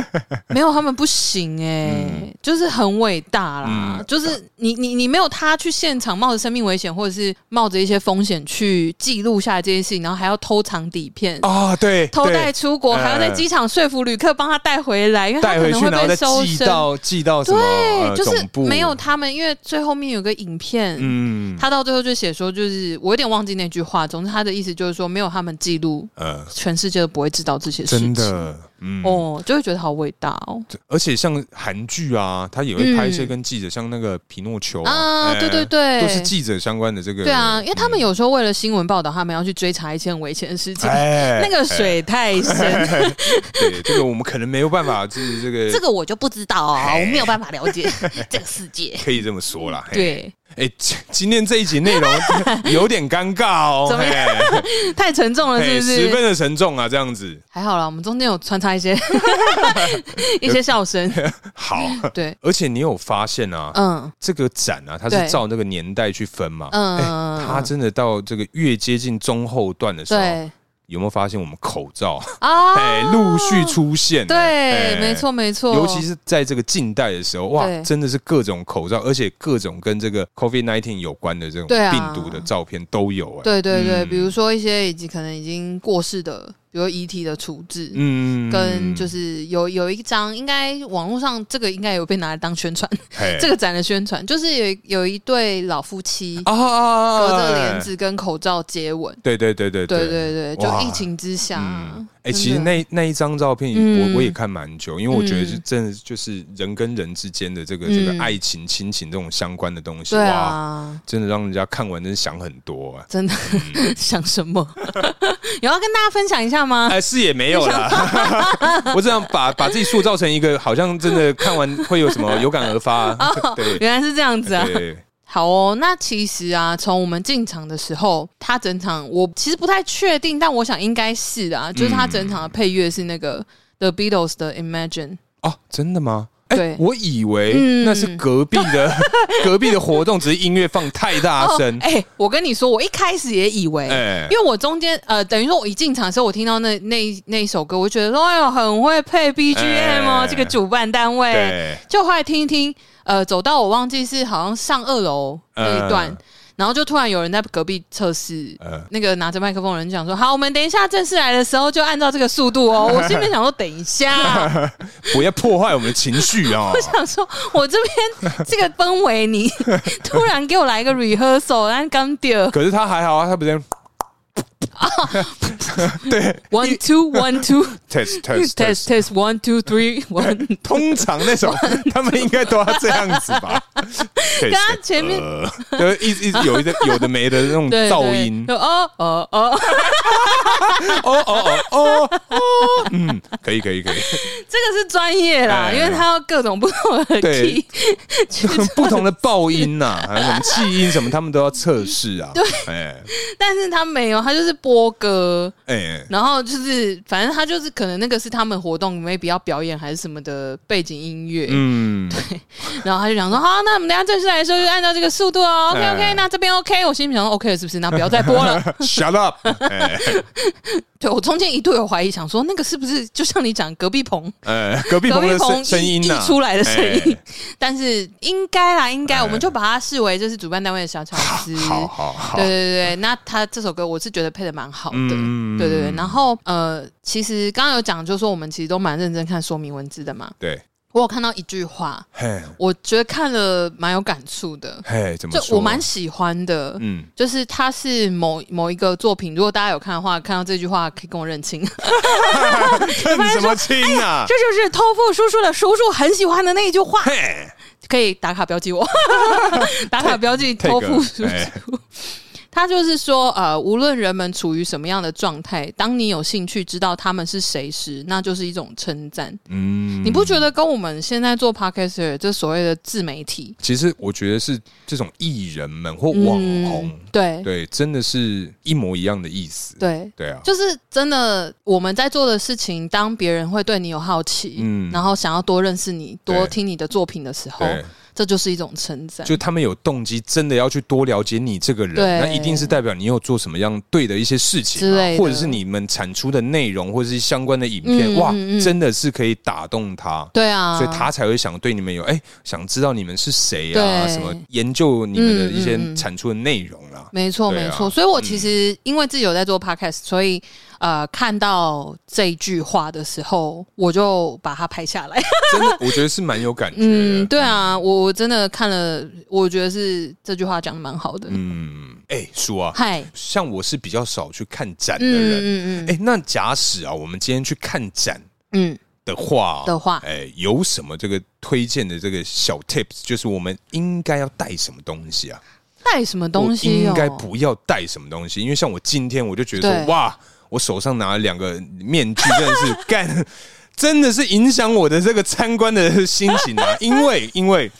S1: 没有他们不行哎、
S2: 嗯
S1: 就是很伟大啦。
S2: 嗯
S1: 就是你你你没有他去现场冒着生命危险，或者是冒着一些风险去记录下来这件事情，然后还要偷藏底片。
S2: 哦，对，
S1: 偷
S2: 对
S1: 带出国，
S2: 嗯
S1: 还要在机场说服旅客帮他带回来，因为他
S2: 带
S1: 可
S2: 回
S1: 能
S2: 去，
S1: 会
S2: 然后
S1: 被
S2: 再
S1: 搜
S2: 寄
S1: 身。
S2: 到寄到什么
S1: 对，
S2: 呃
S1: 就是
S2: 总部
S1: 没有他们，因为最后面有个影片，
S2: 嗯
S1: 他到最后就写说，就是我有点忘记那句话，总之他的意思就是说，没有他们记录，
S2: 呃，
S1: 全世界都不会知道这些事情。
S2: 真的嗯
S1: 哦，就会觉得好伟大哦。
S2: 而且像韩剧啊，他也会拍一些跟记者，像那个皮诺丘
S1: 嗯啊，
S2: 哎
S1: 对对对，
S2: 都是记者相关的这个。
S1: 对啊，因为他们有时候为了新闻报道，他们要去追查一些很危险的事情。
S2: 哎
S1: 那个水太深，
S2: 对这个我们可能没有办法，就是这个
S3: 这个我就不知道
S1: 哦
S3: 啊，我没有办法了 解这个世界。
S2: 可以这么说啦。嘿，
S1: 对，
S2: 哎哎，今今天这一集 内容有点尴尬哦，
S1: 怎么
S2: 样？
S1: 太沉重了，是
S2: 嘿
S1: 不
S2: 哎十
S1: 是？
S2: 分的沉重啊，这样子
S1: 还好啦，我们中间有穿插一 些一些笑声，
S2: 好。
S1: 对，
S2: 而且你有发现啊，
S1: 嗯
S2: 这个展啊，它
S1: 对
S2: 是照那个年代去分嘛。哎它
S1: 嗯，
S2: 真的到这个越接近中后段的时候，
S1: 对
S2: 有没有发现我们口罩
S1: 啊，
S2: 哎陆续出现？
S1: 对，
S2: 哎
S1: 没错没错，
S2: 尤其是在这个近代的时候，哇
S1: 哦对，
S2: 真的是各种口罩，而且各种跟这个 COVID nineteen 有关的这种
S1: 对啊
S2: 病毒的照片都有、哎，
S1: 对对对，
S2: 嗯
S1: 比如说一些已经可能已经过世的，比如遗体的处置，
S2: 嗯
S1: 跟就是有有一张，应该网络上这个应该有被拿来当宣传， 这
S2: 个
S1: 个展的宣传就是有一有一对老夫妻
S2: 啊，
S1: 隔着帘，子跟口罩接吻，
S2: 对对对对
S1: 对对对，就
S2: 哇
S1: 疫情之下，真的
S2: 哎、其实那那一张照片我，我、
S1: 嗯
S2: 也看蛮久，因为我觉得
S1: 嗯
S2: 是真的就是人跟人之间的这个、
S1: 嗯
S2: 这个爱情、亲情这种相关的东西，
S1: 对
S2: 哇，
S1: 啊，
S2: 真的让人家看完真的想很多、啊。
S1: 真的 想什么？有要跟大家分享一下吗？
S2: 哎，是也没有啦， 我这样把把自己塑造成一个好像真的看完会有什么有感而发、 啊，对
S1: 原来哦是这样子啊。
S2: 对，
S1: 好哦，那其实啊，从我们进场的时候，他整场我其实不太确定，但我想应该是啊，就是他整场的配乐是那个 The Beatles 的 Imagine。
S2: 哦，真的吗？哎、
S1: 对
S2: 我以为
S1: 嗯
S2: 那是隔壁 的、隔壁的活动，只是音乐放太大声
S1: 哦。哎、我跟你说，我一开始也以为，
S2: 哎
S1: 因为我中间呃，等于说我一进场的时候，我听到那那那一首歌，我就觉得说，哎呦，很会配 BGM 哦，
S2: 哎
S1: 这个主办单位。
S2: 对，
S1: 就后来听一听，呃，走到我忘记是好像上二楼那一段。
S2: 嗯
S1: 然后就突然有人在隔壁测试，
S2: 嗯
S1: 那个拿着麦克风的人讲说：“好，我们等一下正式来的时候就按照这个速度 哦。”我心里面想说：“等一下。”
S2: 不要破坏我们的情绪啊、
S1: 我想说，我这边这个氛围，你 突然给我来一个 rehearsal，然后刚掉
S2: 可是他还好啊，他不是
S1: one two one two
S2: test test
S1: test
S2: test。
S1: test one two three one。
S2: 通常那种他们应该都要这样子吧？刚
S1: 刚刚前面
S2: 就一直一直有一个有的没的那种
S1: 对
S2: 噪音
S1: 对，就哦哦哦，
S2: 哦哦哦哦哦，嗯，可以可以可以，
S1: 这个是专业啦，
S2: 哎
S1: 因为它要各种不同的
S2: 对
S1: key，
S2: 不同的爆音呐、 还有什么气音什么，他们都要测试啊。对，哎
S1: 但是它没有，它就是播歌，
S2: 哎，
S1: 然后就是反正它就是可能那个是他们活动 maybe 要表演还是什么的背景音乐，
S2: 嗯，
S1: 然后他就想说，好，那我们等一下正式来的时候就按照这个速度哦，OK OK，
S2: 哎
S1: 那这边 OK，我心里想说 OK 了是不是？那不要再播 了。
S2: Shut up！哎
S1: 对我中间一度有怀疑，想说那个是不是就像你讲隔壁棚
S2: 哎，隔壁
S1: 隔
S2: 棚
S1: 壁
S2: 的
S1: 棚
S2: 声声
S1: 溢
S2: 音啊
S1: 溢
S2: 呐、
S1: 出来的声音
S2: 哎，
S1: 但是应该啦，应该
S2: 哎
S1: 我们就把它视为这是主办单位的小巧思。
S2: 好好好
S1: 对，对对对，那他这首歌我是觉得配的蛮好的，
S2: 嗯
S1: 对对对。然后呃，其实刚刚有讲，就是说我们其实都蛮认真看说明文字的嘛。
S2: 对，
S1: 我有看到一句话，
S2: 嘿，
S1: 我觉得看了蛮有感触的，
S2: 嘿，怎么
S1: 就
S2: 说？
S1: 我蛮喜欢的。
S2: 嗯，
S1: 就是它是某某一个作品，如果大家有看的话，看到这句话可以跟我认亲， 这
S2: 认什么亲啊？
S1: 就是偷富叔叔的叔叔很喜欢的那一句话，
S2: 嘿，
S1: 可以打卡标记我， 打卡标记偷
S2: take
S1: 富叔
S2: a- 哎
S1: 叔。他就是说，呃，无论人们处于什么样的状态，当你有兴趣知道他们是谁时，那就是一种称赞。
S2: 嗯
S1: 你不觉得跟我们现在做 podcaster 这所谓的自媒体
S2: 其实我觉得是这种艺人们或网红，
S1: 嗯对
S2: 对，真的是一模一样的意思。
S1: 对，
S2: 对啊，
S1: 就是真的我们在做的事情，当别人会对你有好奇，
S2: 嗯
S1: 然后想要多认识你、多
S2: 对
S1: 听你的作品的时候，
S2: 对，
S1: 这就是一种称赞。
S2: 就他们有动机，真的要去多了解你这个人，
S1: 对
S2: 那一定是代表你有做什么样对的一些事情、
S1: 之
S2: 啊
S1: 类，的
S2: 或者是你们产出的内容，或者是相关的影片，
S1: 嗯
S2: 哇
S1: 嗯嗯，
S2: 真的是可以打动他。
S1: 对啊，
S2: 所以他才会想对你们有哎、想知道你们是谁啊，
S1: 对
S2: 什么研究你们的
S1: 嗯
S2: 一
S1: 嗯
S2: 些
S1: 嗯
S2: 产出的内容啦、
S1: 没错，
S2: 对啊嗯
S1: 没错。所以我其实因为自己有在做 podcast，、所以呃，看到这一句话的时候，我就把它拍下来。
S2: 真的，我觉得是蛮有感觉的。
S1: 嗯，对啊，我我真的看了，我觉得是这句话讲的蛮好的。
S2: 嗯，哎、叔啊，
S1: 嗨、
S2: 像我是比较少去看展的
S1: 嗯
S2: 人。
S1: 嗯嗯
S2: 哎、那假使啊，我们今天去看展
S1: 嗯
S2: 的话、
S1: 的话，
S2: 哎、有什么这个推荐的这个小 tips？就是我们应该要带什么东西啊？
S1: 带什么东
S2: 我
S1: 西、哦？
S2: 应该不要带什么东西，因为像我今天我就觉得
S1: 对
S2: 说，哇，我手上拿了两个面具，真的是干，真的是影响我的这个参观的心情啊！因为因为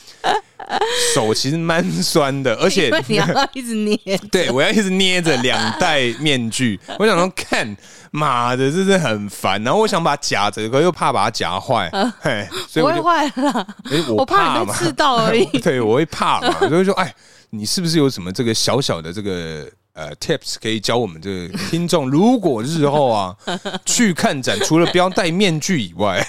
S2: 手其实蛮酸的，而且
S1: 因为你要一直捏。
S2: 对，我要一直捏着两袋面具，我想说看，妈的，真是很烦。然后我想把它夹着，可又怕把它夹坏，
S1: 嗯
S2: 嘿，所以
S1: 不
S2: 我
S1: 会
S2: 就
S1: 坏了，
S2: 诶
S1: 我怕
S2: 哎怕
S1: 你
S2: 嘛
S1: 被， 刺到而已。
S2: 对，我会怕嘛，所以说，哎，你是不是有什么这个小小的这个呃 tips 可以教我们 这个听众？如果日后啊去看展，除了不要戴面具以 外，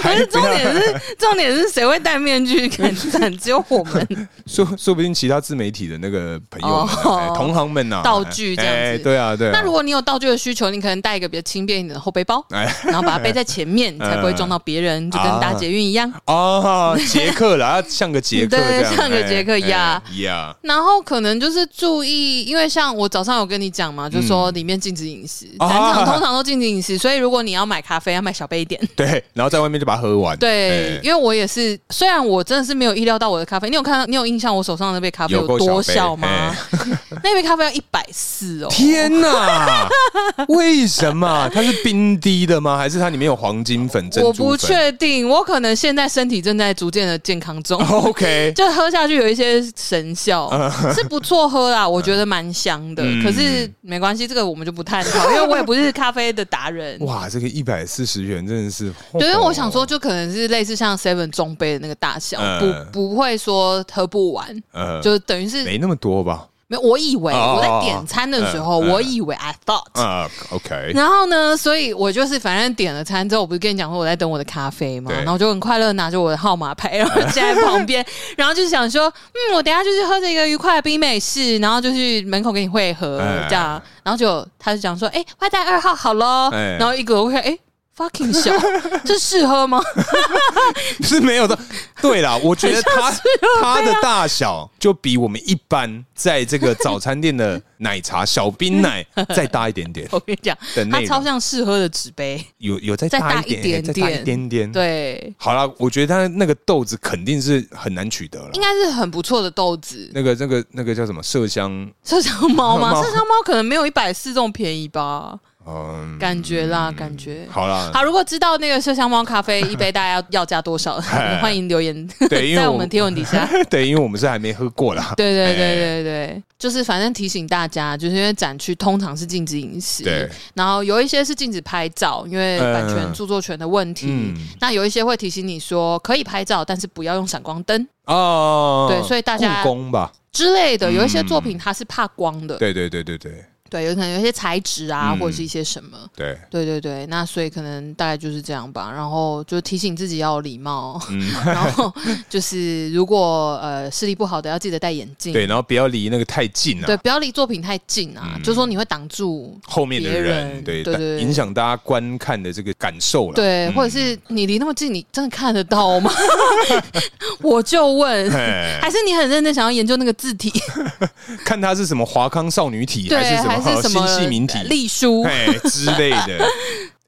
S1: 可是重点 是，重点是谁会戴面具 看展？只有我们。
S2: 说说不定其他自媒体的那个朋友们啊、
S1: 哦
S2: 哎同行们呐、啊，
S1: 道具这样子
S2: 哎对啊，对啊。
S1: 那如果你有道具的需求，你可能带一个比较轻便一点的后背包，
S2: 哎
S1: 然后把它背在前面，你才不会撞到别人，就跟搭捷运一样。
S2: 哦，杰克啦， 要像个杰克
S1: 对
S2: 这样，
S1: 像个杰克
S2: 哎
S1: 呀
S2: 哎呀，
S1: 然后可能就是注意，因为像我早上有跟你讲嘛，就说里面禁止饮食，
S2: 啊
S1: 展场通常都禁止饮食，所以如果你要买咖啡，要买小杯一 点。
S2: 对，然后在外面就把它喝完，
S1: 对
S2: 哎，
S1: 因为我也是，虽然我真的是没有意料到我的咖啡，你有看到，你有印象我手上那杯咖啡
S2: 有够
S1: 多
S2: 小杯哎
S1: 小吗？ 那杯咖啡要一百四哦，
S2: 天哪， 为什么它是冰滴的吗？还是它里面有黄金粉、珍珠
S1: 我
S2: 粉？
S1: 不确定，我可能现在身体正在逐渐的健康中。
S2: OK，
S1: 就喝下去有一些神效，是不错喝啦，我觉得蛮香的。
S2: 嗯
S1: 可是没关系，这个我们就不探讨，因为我也不是咖啡的达人。
S2: 哇，这个一百四十元真的是，哦
S1: 对，因为我想说，，就可能是类似像 Seven 中杯的那个大小，
S2: 嗯
S1: 不不会说喝不完，
S2: 呃，
S1: 就等于是
S2: 没那么多吧？
S1: 没有。我以为
S2: 哦
S1: 我在点餐的时候，
S2: 嗯嗯
S1: 我以为 I thought。
S2: 啊，OK，
S1: 然后呢，所以我就是反正点了餐之后，我不是跟你讲说我在等我的咖啡嘛，
S2: 对
S1: 然后我就很快乐拿着我的号码牌，然后站在旁 边，然后就想说，嗯，我等一下就去喝这个愉快的冰美式，然后就去门口跟你会合、
S2: 哎
S1: 这样，然后就他就讲说，哎、外带二号好喽，
S2: 哎
S1: 然后一个我看，哎、fucking 小，这适合 吗？
S2: 是没有的。对 啦，我觉得它它的大小就比我们一般在这个早餐店的奶茶小冰 奶再大一点点。
S1: 我跟你讲
S2: 的，内
S1: 它
S2: 容
S1: 超像适喝的纸杯，
S2: 有有再
S1: 再
S2: 大
S1: 大
S2: 一
S1: 一
S2: 点，哎
S1: 点
S2: 再大一
S1: 点
S2: 点点。，
S1: 对，
S2: 好啦，我觉得它那个豆子肯定是很难取得了
S1: 应。该是很不错的豆子。
S2: 那个、那个、那个叫什么麝香？
S1: 麝香猫吗？
S2: 猫
S1: 麝香猫可能没有一百四这种便宜吧，
S2: 嗯，
S1: 感觉啦，感觉。
S2: 好啦，
S1: 好，如果知道那个麝香猫咖啡一杯大概 要要价多少，
S2: 哎
S1: 欢迎留言
S2: 对因为
S1: 在
S2: 我
S1: 我们贴文底 下。
S2: 对，因为我们是还没喝过啦。
S1: 对对对
S2: 哎
S1: 对对，就是反正提醒大家，就是因为展区通常是禁止饮食，
S2: 对，
S1: 然后有一些是禁止拍照，因为版
S2: 嗯
S1: 权著作权的问题。
S2: 嗯
S1: 那有一些会提醒你说可以拍照，但是不要用闪光灯
S2: 哦，
S1: 对所以大家呃
S2: 故宫吧，
S1: 之类的。有一些
S2: 嗯
S1: 作品它是怕光的，
S2: 对对对对对，
S1: 对，有可能有一些材质啊，
S2: 嗯
S1: 或者是一些什么。
S2: 对，
S1: 对对对，那所以可能大概就是这样吧。然后就提醒自己要有礼貌，
S2: 嗯，
S1: 然后就是如果呃视力不好的，要记得戴眼镜。
S2: 对，然后不要离那个太近
S1: 对
S2: 啊，
S1: 不要离作品太近啊，
S2: 嗯
S1: 就说你会挡住。
S2: 后面的
S1: 别
S2: 人
S1: 人
S2: 对
S1: 对对对
S2: 影响大家观看的这个感受了。
S1: 对，
S2: 嗯
S1: 或者是你离那么近，你真的看得到吗？ 我就问，
S2: 嘿
S1: 还是你很认真想要研究那个字 体，
S2: 看它是什么华康少女体
S1: 对，
S2: 是什
S1: 还是什么
S2: 新系民体
S1: 隶书？
S2: 哎之 类的。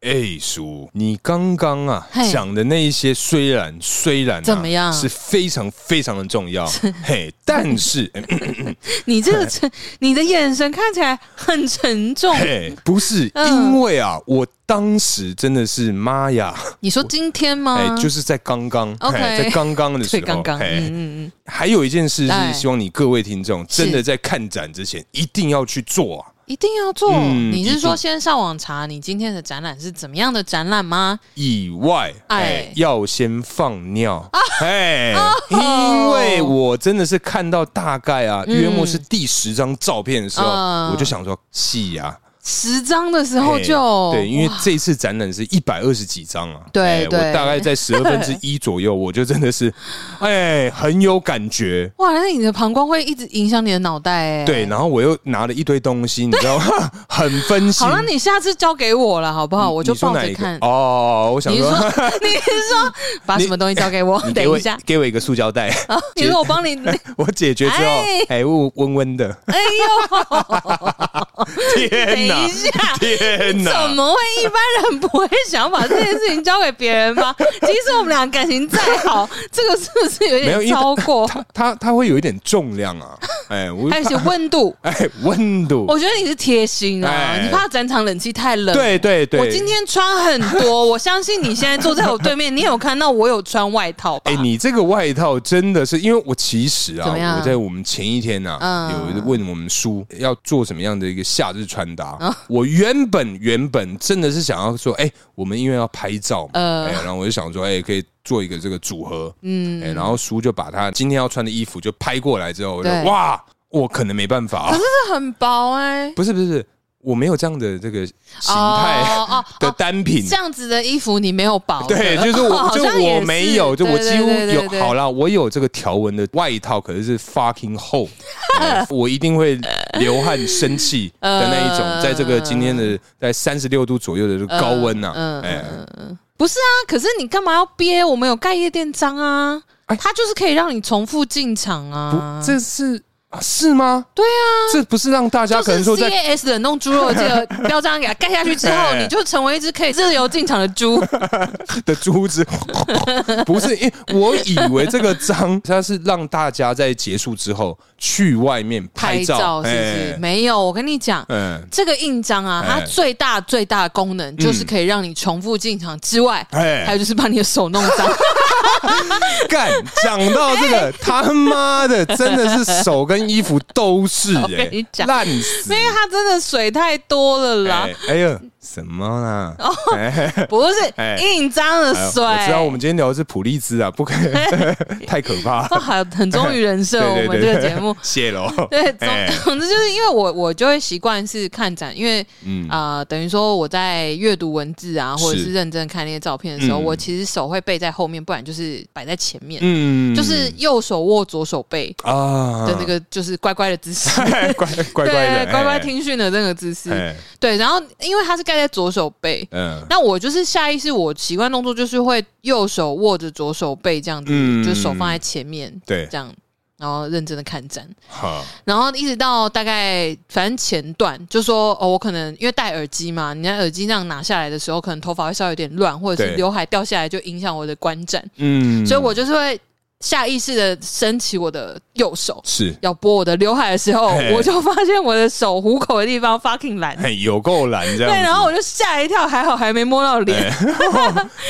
S2: 哎，叔，你刚刚啊
S1: 嘿
S2: 讲的那一些，虽然虽然啊
S1: 怎么样
S2: 是非常非常的重要，嘿，但是嗯
S1: 你这个沉，你的眼神看起来很沉重。
S2: 嘿，不是
S1: 嗯
S2: 因为啊，我当时真的是妈呀，
S1: 你说今天吗？
S2: 哎，就是在刚刚，
S1: 嗯 OK
S2: 嘿在刚刚的时
S1: 对，
S2: 候，
S1: 刚刚，
S2: 嘿
S1: 嗯嗯嗯，
S2: 还有一件事是
S1: 哎
S2: 希望你各位听众真的
S1: 是
S2: 在看展之前一定要去做啊，
S1: 一定要做。
S2: 嗯
S1: 你
S2: 一
S1: 是
S2: 定
S1: 说先上网查你今天的展览是怎么样的展览吗？
S2: 以外，哎
S1: 哎，啊哦
S2: 要先放尿，哎，因为我真的是看到大概啊，
S1: 嗯
S2: 约莫是第十张照片的时候，
S1: 嗯
S2: 我就想说，啊戏呀，
S1: 十张的时候
S2: 哎
S1: 就
S2: 对，因为
S1: 哇
S2: 这次展览是一百二十几张啊，
S1: 对
S2: 哎
S1: 对
S2: 我大概在十二分之一 左右，我就真的是，哎，很有感觉。
S1: 哇，那你的膀胱会一直影响你的脑袋哎。
S2: 对，然后我又拿了一堆东西，你知道吗？ 很分心。
S1: 好了，你下次交给我了，好不好？我就
S2: 你说
S1: 抱
S2: 哪
S1: 着
S2: 一个
S1: 看。
S2: 哦，我想
S1: 你是
S2: 说
S1: 说，， 你是说把什么东西交给我？
S2: 你 给
S1: 等
S2: 我
S1: 一下，
S2: 给我一个塑胶袋，
S1: 你说我帮你，
S2: 我解决之后
S1: 哎，
S2: 哎，温温温 的，
S1: 哎呦，等
S2: 天哪
S1: 一！下。
S2: 天
S1: 怎
S2: 哪！
S1: 么会一般人不会想把这件事情交给别人 吗？即使我们俩感情再好，这个是不是有
S2: 没有
S1: 点
S2: 因为
S1: 超过？
S2: 它它它会有一点重量啊，哎，我
S1: 还有一些哦温度，
S2: 哎温度，
S1: 我觉得你是贴心啊，
S2: 哎
S1: 你怕展场冷气太冷。
S2: 对对对。
S1: 我今天穿很 多，我相信你现在坐在我对面，你有看到我有穿外套吧？
S2: 哎、你这个外套真的是，因为我其实
S1: 啊怎么
S2: 啊，
S1: 样
S2: 我在我们前一天啊，
S1: 嗯
S2: 有问我们叔要做什么样的一个夏日穿搭。
S1: 哦
S2: 我原本原本真的是想要说，哎、我们因为要拍照嘛，
S1: 呃
S2: 哎、然后我就想说，哎、可以做一个这个组合，嗯，哎、然后叔就把他今天要穿的衣服就拍过来之后，我就
S1: 对
S2: 哇，我可能没办法、啊，
S1: 这很薄哎、
S2: 不是不是不是，我没有这样的这个形态
S1: 哦哦哦
S2: 的单品，
S1: 这样子的衣服你没有薄的，
S2: 对，就是我，
S1: 好
S2: 就
S1: 像也
S2: 我
S1: 是
S2: 没有，就
S1: 对
S2: 我几乎
S1: 对对对
S2: 有。
S1: 对
S2: 好啦，我有这个条纹的外套，可是是 fucking 厚，哎我一定会流汗生气的那一种。
S1: 呃
S2: 在这个今天的在三十六度左右的这个高温呐，
S1: 嗯嗯
S2: 哎，
S1: 不是啊，可是你干嘛要憋？我们有盖夜店章啊，
S2: 哎
S1: 它就是可以让你重复进场
S2: 不
S1: 啊，。
S2: 这是啊是吗？对啊，这不是让大家可
S1: 就
S2: 能
S1: 是
S2: 说
S1: C
S2: 在
S1: A S 冷冻猪肉这个标章给它盖下去之后，
S2: 哎
S1: 你就成为一只可以自由进场的 猪。
S2: 的珠子， 不是，因为我以为这个章它是让大家在结束之后去外面
S1: 拍
S2: 照
S1: 照，是不是？
S2: 哎
S1: 没有，我跟你讲，
S2: 嗯，
S1: 这个印章啊，它
S2: 哎
S1: 最大最大的功能就是可以让你重复进场之外，
S2: 哎
S1: 还有就是把你的手弄 脏。
S2: 干，讲到这
S1: 哎
S2: 个，他妈的，真的是手跟衣服都是
S1: 我
S2: 哎
S1: 跟你、讲
S2: 烂死
S1: 因！为它真的水太多了啦，哦
S2: 哎哎呦，什么啦？哎
S1: 不是、
S2: 哎
S1: 印章的
S2: 哎呦
S1: 水。
S2: 我知道我们今天聊的是普利兹啊，不可以， 太可怕
S1: 哇，
S2: 了。
S1: 很很忠于人设，
S2: 对对
S1: 我们
S2: 对
S1: 这个节目。
S2: 谢喽。
S1: 对，总
S2: 哎
S1: 总之就是因为我我就会习惯是看展，因为
S2: 嗯
S1: 啊，等于说我在阅读文字啊，或者
S2: 是
S1: 是认真看那些照片的时候，
S2: 嗯
S1: 我其实手会背在后面，不然就是摆在前面，
S2: 嗯
S1: 就是右手握左手背
S2: 啊
S1: 的那个就是乖乖的姿势，
S2: 乖乖乖的，
S1: 对，乖乖
S2: 哎。
S1: 听训的那个姿势，
S2: 哎
S1: 对。然后因为它是盖在左手背，
S2: 嗯
S1: 那我就是下意识，我习惯动作就是会右手握着左手背这样子，
S2: 嗯
S1: 就手放在前面，
S2: 对
S1: 这样，然后认真的看展，
S2: 好，
S1: 然后一直到大概反正前段，就说哦，我可能因为戴耳机嘛，你那耳机那样拿下来的时候，可能头发会稍微有点乱，或者
S2: 对
S1: 是刘海掉下来就影响我的观展，
S2: 嗯
S1: 所以我就是会下意识的升起我的右手。
S2: 是
S1: 要拨我的刘海的时候
S2: 嘿，
S1: 我就发现我的手虎口的地方 fucking 蓝，
S2: 哎有够懒这
S1: 对，
S2: 样子，
S1: 然后我就吓一跳，还好还没摸到脸，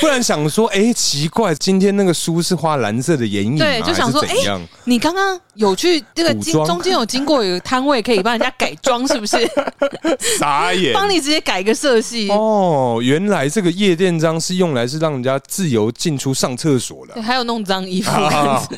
S2: 不然想说，哎，奇怪，今天那个书是画蓝色的眼影吗，
S1: 对就想说
S2: 还是怎样？
S1: 你刚刚有去这个经
S2: 古装
S1: 中间有经过有个摊位可以帮人家改装，是不 是？
S2: 傻眼。
S1: 帮你直接改个色系。
S2: 哦，原来这个夜店章是用来是让人家自由进出上厕所的
S1: 对，。还有弄脏衣服，
S2: 啊，好好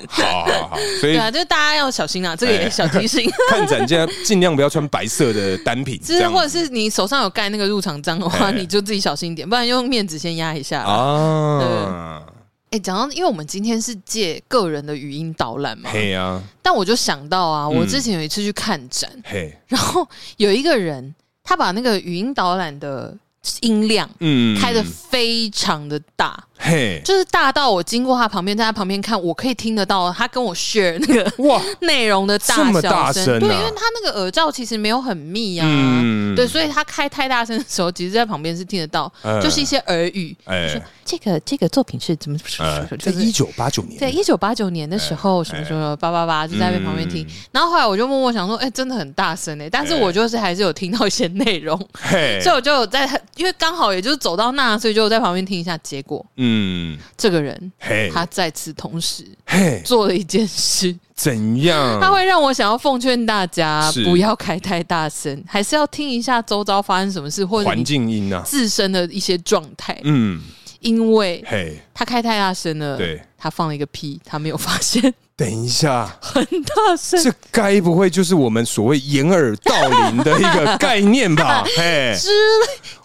S2: 好，所以
S1: 对啊，就大家要小心啊，这个也
S2: 哎
S1: 小提 醒。
S2: 看展尽量尽量不要穿白色的单品，
S1: 就
S2: 这
S1: 是
S2: 样
S1: 或者是你手上有盖那个入场章的话，
S2: 哎
S1: 你就自己小心一点，不然用面纸先压一下啦。
S2: 啊，
S1: 哎、讲到，因为我们今天是借个人的语音导览嘛，
S2: 嘿啊呀，
S1: 但我就想到啊，我
S2: 嗯
S1: 之前有一次去看展，
S2: 嘿，
S1: 然后有一个人他把那个语音导览的音量
S2: 嗯
S1: 开的非常的大，
S2: 嘿，
S1: 就是大到我经过他旁边，在他旁边看，我可以听得到他跟我 share 那 个
S2: 哇，
S1: 内容的
S2: 这
S1: 大
S2: 么
S1: 小
S2: 大声啊
S1: 对，因为他那个耳罩其实没有很密啊。
S2: 嗯
S1: 对，所以他开太大声的时候，其实在旁边是听得到，
S2: 呃
S1: 就是一些耳语。
S2: 哎
S1: 说这个这个作品是怎么
S2: 呃，
S1: 就
S2: 在
S1: 是
S2: 一九八九
S1: 在
S2: 年，
S1: 一九八九年的时
S2: 哎
S1: 候，什么什么八八八，就在那边旁边听。然后后来我就默默想说，哎、真的很大声哎、但是
S2: 嗯哎
S1: 我就是还是有听到一些内容，
S2: 嘿
S1: 所以我就有在，因为刚好也就是走到那，所以就在旁边听一下。结果
S2: 嗯，
S1: 这个人
S2: 嘿，
S1: 他在此同时
S2: 嘿，
S1: 做了一件事，
S2: 怎样？
S1: 他会让我想要奉劝大家
S2: 嗯是
S1: 不要开太大声，还是要听一下周遭发生什么事，或者
S2: 环
S1: 你
S2: 境音啊，
S1: 自身的一些状态，
S2: 嗯，
S1: 因为
S2: 嘿，
S1: 他开太大声了，
S2: 对，
S1: 他放了一个屁，他没有发现
S2: 等 一下，
S1: 很大声。
S2: 这该不会就是我们所谓掩耳盗铃的一个概 念吧？嘿，
S1: 之类，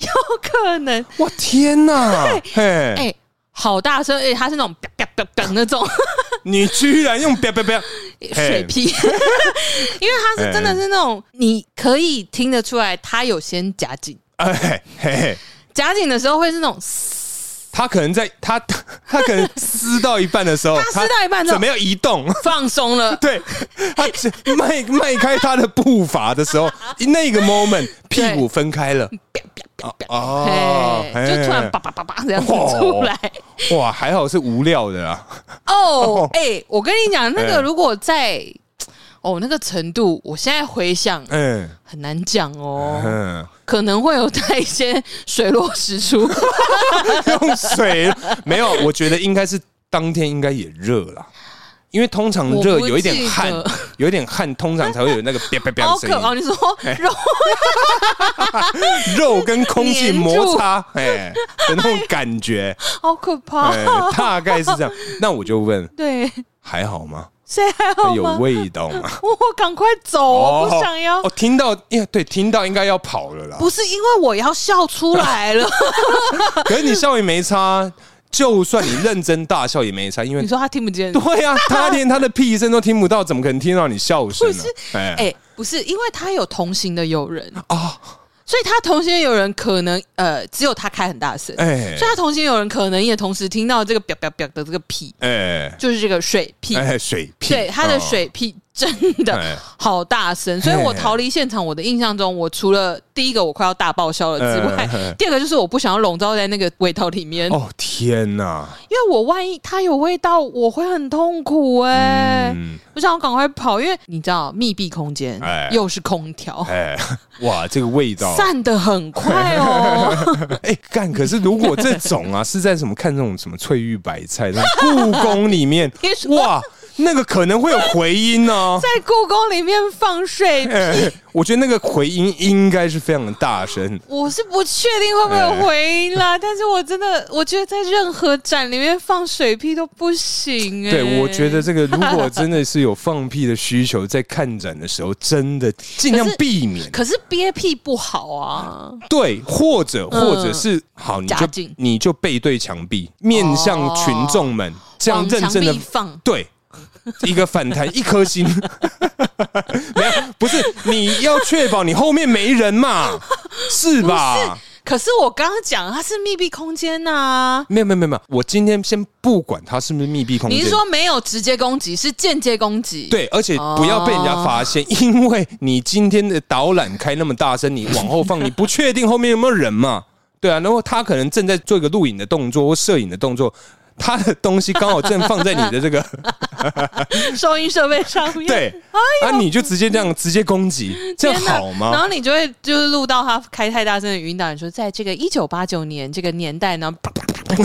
S1: 有可能。
S2: 哇天哪！
S1: 哎、
S2: 嘿，
S1: 好大声！哎、它是那种啪啪啪啪那种
S2: 你居然用啪啪啪，
S1: 水屁，因为它是真的是那种你可以听得出来，它有先夹紧，
S2: 哎嘿嘿，
S1: 夹紧的时候会是那种嘶，
S2: 他可能在他 他可能撕到一半的时候，
S1: 他撕到一半之后
S2: 准备要移动。
S1: 放松 了，
S2: 对他只迈迈开他的步伐的 时候，那个 moment 屁股分开了，哦
S1: 哎、，
S2: 嘿
S1: 就突然叭叭叭叭这样子
S2: 哦
S1: 出来。
S2: 哇，还好是无料的啊，
S1: 哦，哎、我跟你讲，那
S2: 哎
S1: 个如果在哦那个程度，我现在回想
S2: 嗯
S1: 很难讲哦，
S2: 嗯，
S1: 可能会有带一些水落石 出。
S2: 用水没有，我觉得应该是当天应该也热了。因为通常热
S1: 我不
S2: 有一点汗
S1: 记得，
S2: 有一点汗，通常才会有那个啪啪啪
S1: 好
S2: 的
S1: 可哦！
S2: 声
S1: 你说肉
S2: 音，肉跟空气摩擦，哎的那种感觉，
S1: 好可怕，
S2: 哎，大概是这样。那我就问，
S1: 对，
S2: 还好吗？
S1: 谁还好
S2: 有
S1: 吗？
S2: 味道吗？
S1: 我赶快走，我不想要
S2: 哦，。听到，哎呀，对，听到应该要跑了啦。
S1: 不是因为我要笑出来 了，
S2: 可是你笑也没差，就算你认真大笑也没差，因为
S1: 你说他听不见？
S2: 对呀、他连他的屁声都听不到，怎么可能听到你笑声呢、哎、
S1: 哎，不是，因为他有同行的友人，
S2: 啊，
S1: 所以他同行的友人可能呃，只有他开很大声，
S2: 哎
S1: 所以他同行的友人可能也同时听到这个“表表表”的这个屁，
S2: 哎
S1: 就是这个水屁，
S2: 哎，水屁，
S1: 对，他的
S2: 哦
S1: 水屁真
S2: 哎
S1: 的好大声，所以我逃离现场。我的印象中，我除了第一个我快要大爆笑了之
S2: 哎哎
S1: 外
S2: 哎，
S1: 第二个就是我不想要笼罩在那个味道里面，
S2: 哦天哪！
S1: 因为我万一它有味道，我会很痛苦哎。
S2: 嗯，
S1: 我想要赶快跑，因为你知道密闭空间
S2: 哎
S1: 又是空调，
S2: 哎， 哇，这个味道，
S1: 散的很快 哦。
S2: 哎干！可是如果这种啊是在什么看那种什么翠玉白菜，那种故宫里面
S1: 你，说
S2: 哇，那个可能会有回 音呢、
S1: 在故宫里面放水，
S2: 哎，我觉得那个回音应该是非常的大声。
S1: 我是不确定会不会有回音
S2: 哎
S1: 啦，但是我真的我觉得在任何展里面放水屁都不行哎、
S2: 对，我觉得这个如果真的 是有放屁的需求，在看展的时候，真的尽量
S1: 可是
S2: 避免。
S1: 可是憋屁不好啊，
S2: 对，或者
S1: 嗯
S2: 或者是好，你
S1: 夹
S2: 就
S1: 紧哦
S2: 你就背对墙壁，面向群众们，这样
S1: 往
S2: 认
S1: 墙
S2: 真的
S1: 壁放。
S2: 对。一个反弹，一颗星， 没有，不是你要确保你后面没人嘛，是吧？
S1: 可是我刚刚讲它是密闭空间呐、
S2: 没有没有没有没有，我今天先不管它是不是密闭空间，
S1: 你是说没有直接攻击，是间接攻击？，
S2: 对，而且不要被人家发
S1: 哦
S2: 现，因为你今天的导览开那么大声，你往后放，你不确定后面有没有人嘛？对啊，然后他可能正在做一个录影的动作或摄影的动作，他的东西刚好正放在你 的这个
S1: 收音设备上面。
S2: 对，啊，你就直接这样直接攻击，这
S1: 哎天
S2: 样
S1: 哪，
S2: 好
S1: 然
S2: 吗？
S1: 后你就会就是录到他开太大声的语音导演说，在这个一九八九年这个年代呢，啪啪啪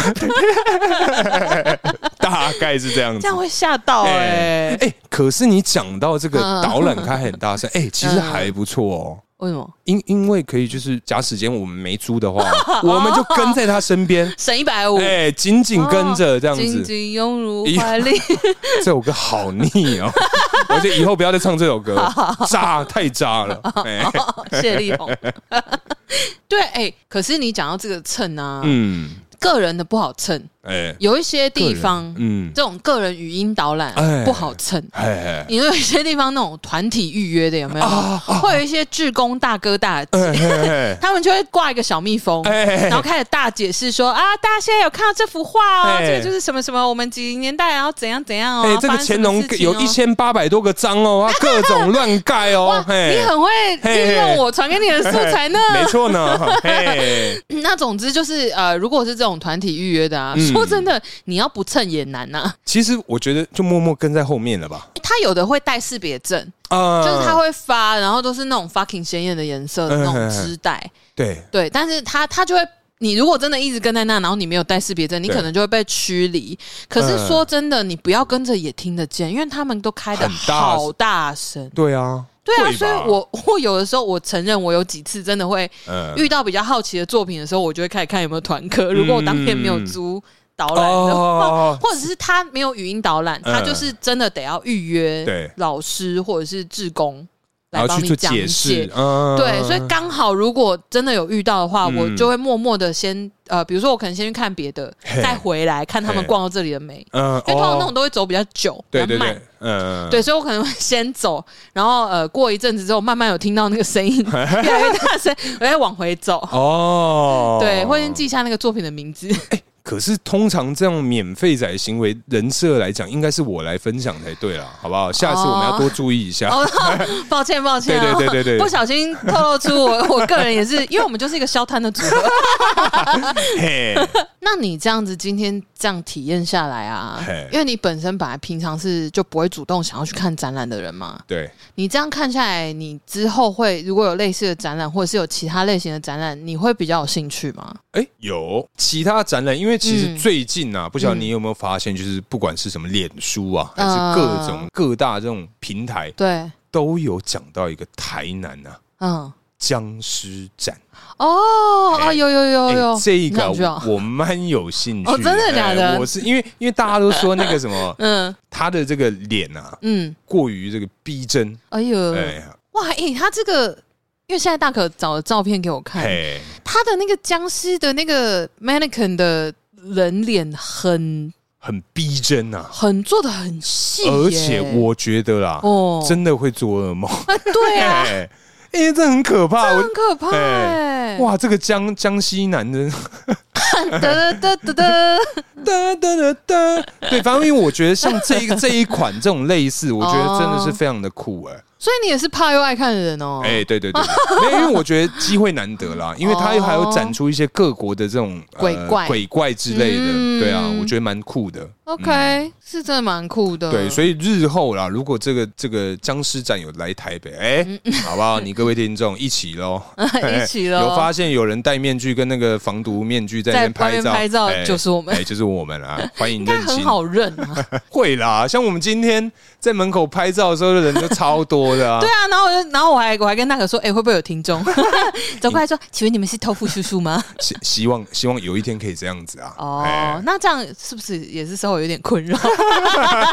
S2: 大概是这样
S1: 这
S2: 子
S1: 样。会吓到哎、
S2: 哎、可是你讲到这个
S1: 嗯
S2: 导览开很大声，哎、其实还不错哦。
S1: 为什么？
S2: 因因为可以就是假使间我们没租的 话，我们就跟在他身边，
S1: 省一百五，
S2: 哎、紧紧跟着这样
S1: 哦紧
S2: 子。
S1: 紧拥入怀 里。
S2: 这首歌好 腻哦，我觉得以后不要再唱这首歌，渣太渣 了。哎、
S1: 谢丽红，对，哎、可是你讲到这个蹭啊，
S2: 嗯，
S1: 个人的不好蹭，
S2: 哎、
S1: 有一些地
S2: 个
S1: 方
S2: 人，嗯，
S1: 这种个人语音导览
S2: 哎
S1: 不好蹭。
S2: 哎啊
S1: 你说有一些地方那种团体预约的有没有？会有一些志工大哥大姐，
S2: 哎哎
S1: 他们就会挂一个小蜜蜂，
S2: 哎
S1: 然后开始大解释说啊，大家现在有看到这幅画哦，
S2: 哎
S1: 这个就是什么什么，我们几零年代，然后怎样怎样哦。
S2: 哎，这个
S1: 发生什
S2: 乾
S1: 么
S2: 隆
S1: 事情哦
S2: 有一千八百多个章哦， 他各种乱盖哦
S1: 哇，，
S2: 嘿
S1: 你很会利用我传给你的素材呢。
S2: 没错呢，嘿，
S1: 那总之就是呃，如果是这种团体预约的啊，
S2: 嗯
S1: 说真的，你要不蹭也难呐、啊
S2: 其实我觉得就默默跟在后面了吧，
S1: 他有的会带识别证，
S2: 啊
S1: 就是他会发，然后都是那种 fucking 鲜艳的颜色的那
S2: 嗯
S1: 种织带，
S2: 对，
S1: 对，但是他他就会。你如果真的一直跟在那，然后你没有带识别证，你
S2: 对
S1: 可能就会被驱离。可是说真的，你不要跟着也听得见，因为他们都开的
S2: 很大
S1: 好大声。
S2: 对啊，
S1: 对啊，
S2: 会吧
S1: 所以我 我有的时候我承认，我有几次真的会
S2: 嗯
S1: 遇到比较好奇的作品的时候，我就会开始看有没有团课。如果我当天没有租导览的话，
S2: 哦，
S1: 或者是他没有语音导览，
S2: 嗯
S1: 他就是真的得要预
S2: 对
S1: 约老师或者是志工
S2: 然
S1: 来
S2: 后
S1: 帮
S2: 去
S1: 你
S2: 做
S1: 讲
S2: 解释
S1: 解。，
S2: 嗯
S1: 对，所以刚好如果真的有遇到的话，
S2: 嗯
S1: 我就会默默的先呃，比如说我可能先去看别的，
S2: 嘿
S1: 再回来看他们
S2: 嘿
S1: 逛到这里了没。
S2: 嗯，
S1: 因为通常那
S2: 哦
S1: 种都会走比较久，比
S2: 对
S1: 较
S2: 对
S1: 慢
S2: 对，，嗯，
S1: 对，所以我可能会先走，然后呃，过一阵子之后，慢慢有听到那个声 音越来越大声，我再往回走。
S2: 哦，
S1: 对，会先记下那个作品的名 字。
S2: 可是通常这样免费仔行为，人设来讲，应该是我来分享才对啦，好不好？下次我们要多注意一下。
S1: 哦，抱歉，抱歉、
S2: 对
S1: 哦，
S2: 对对对对
S1: 不小心透露出我 我个人也是，因为我们就是一个消摊的组合。
S2: 嘿，
S1: 那你这样子今天这样体验下来啊
S2: 嘿，
S1: 因为你本身本来平常是就不会主动想要去看展览的人嘛，
S2: 对，
S1: 你这样看下来，你之后会如果有类似的展览，或者是有其他类型的展览，你会比较有兴趣吗？
S2: 哎，有其他展览，因为其实
S1: 嗯
S2: 最近啊，不晓得你有没有发现，就是不管是什么脸书啊，还
S1: 嗯
S2: 是各种各大这种平台，
S1: 对，
S2: 都有讲到一个台南啊
S1: 嗯。
S2: 僵尸展。
S1: 哦
S2: 哎
S1: 啊，有有有有
S2: 哎，这
S1: 那
S2: 个
S1: 我知道
S2: 我蛮有兴趣。
S1: 啊哦真的假的，
S2: 哎我是因为因为大家都说那个什么
S1: 嗯
S2: 他的这个脸啊，
S1: 嗯，
S2: 过于这个逼真。
S1: 哎呦，
S2: 哎
S1: 哇，哎，他这个，因为现在大可找了照片给我看，
S2: 嘿，
S1: 他的那个僵尸的那个 mannequin 的人脸很
S2: 很逼真呐、啊，
S1: 很做的很细耶，
S2: 而且我觉得啦，
S1: 哦
S2: 真的会做噩梦。
S1: 啊，对啊，
S2: 哎，哎，这很可怕。我
S1: 很可怕哎，
S2: 哇，这个江江西男人，
S1: 嗯哒哒哒哒哒，
S2: 哒哒哒哒，对，反正因为我觉得像这一 这一款这种类似，我觉得真的是非常的酷哎、
S1: 所以你也是怕又爱看的人哦，
S2: 哎、对 对对，对没有，因为我觉得机会难得啦，因为它还有展出一些各国的这种、呃
S1: 鬼怪
S2: 鬼怪之类的，
S1: 嗯
S2: 对啊，我觉得蛮酷的。
S1: ，OK，是真的蛮酷的，
S2: 对，所
S1: 以
S2: 以日后啦，如果这个这个僵尸展有来台北，哎、
S1: 嗯
S2: 好不好？你各位听众一起喽，
S1: 一起咯
S2: 哎有发现有人戴面具跟那个防毒面具在那
S1: 在
S2: 边
S1: 外
S2: 拍
S1: 面
S2: 照，
S1: 拍照
S2: 哎
S1: 就是我们
S2: 哎、就是我们 啦，欢迎
S1: 应该
S2: 认
S1: 很
S2: 亲。
S1: 好认 啊，
S2: 会啦，像我们今天在门口拍照的时候，人就超多的 啊。
S1: 对啊，然后我就，然后我还我还跟大可说，哎，会不会有听 众走过来说，请问你们是豆腐叔叔吗？
S2: 希希望希望有一天可以这样子啊。
S1: 哦
S2: 哎，
S1: 那这样是不是也是稍微有点困 扰？
S2: 好好好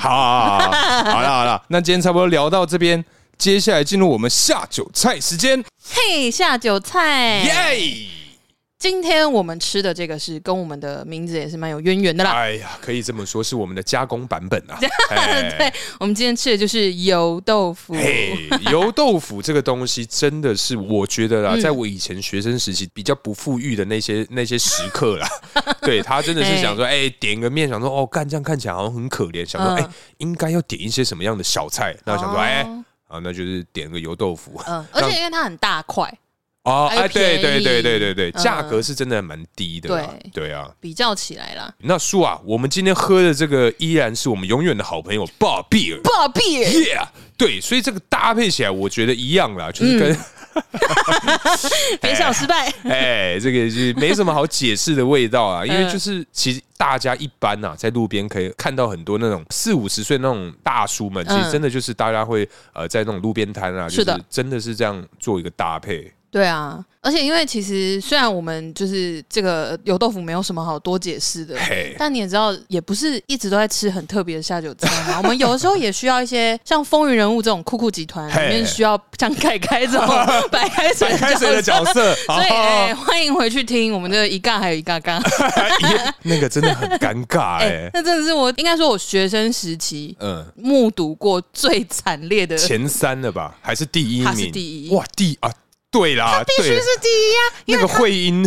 S2: 好好啦好啦，那今天差不多聊到这边，接下来进入我们下酒菜时间，
S1: 嘿，下酒菜，
S2: 耶！
S1: 今天我们吃的这个是跟我们的名字也是蛮有渊源的啦。
S2: 哎呀，可以这么说，是我们的加工版本啊。哎
S1: 对，我们今天吃的就是油豆腐。
S2: 嘿，油豆腐这个东西真的是，我觉得啦，
S1: 嗯
S2: 在我以前学生时期比较不富裕的那些那些时刻 啦，对他真的是想说，哎、点个面，想说哦，干这样看起来好像很可怜，想说，
S1: 嗯
S2: 哎、应该要点一些什么样的小菜，然后想说，
S1: 哦
S2: 哎、啊，那就是点个油豆腐
S1: 嗯，而且因为它很大块，
S2: 哦，
S1: 还有
S2: 哎，对
S1: 便
S2: 对
S1: 宜
S2: 对对对对，
S1: 嗯
S2: 价格是真的蛮低的啦，对啊。
S1: 比较起来 啦。
S2: 那叔啊，我们今天喝的这个依然是我们永远的好朋友 Bob 尔
S1: 不好避，嗯
S2: 耶，对，所以这个搭配起来，我觉得一样啦，就是跟、
S1: 别想失败。
S2: 哎，这个就是没什么好解释的味道啊，因为
S1: 嗯
S2: 就是其实大家一般呐、啊，在路边可以看到很多那种四五十岁那种大叔们，其实
S1: 嗯
S2: 真的就是大家会呃在那种路边摊啊，就是
S1: 的
S2: 是真的是这样做一个搭配。
S1: 对啊，而且因为其实虽然我们就是这个油豆腐没有什么好多解释的，
S2: 嘿，
S1: 但你也知道，也不是一直都在吃很特别的下酒菜 嘛。我们有的时候也需要一些像风云人物这种酷酷集团里
S2: 嘿
S1: 面需要像凯凯 这种白开水
S2: 白开水的角
S1: 色。
S2: 色，
S1: 所以、
S2: 哦
S1: 哎，欢迎回去听我们的一尬还有一尬尬。
S2: 哎那个真的很 尴尬哎、
S1: 哎、 那真的是我应该说，我学生时期
S2: 嗯，
S1: 目睹过最惨烈的，
S2: 前三了吧，还是第一名？
S1: 他是第一
S2: 哇，第啊，对啦，必须
S3: 是第一
S1: 啊
S3: 呀、
S2: 那个会阴，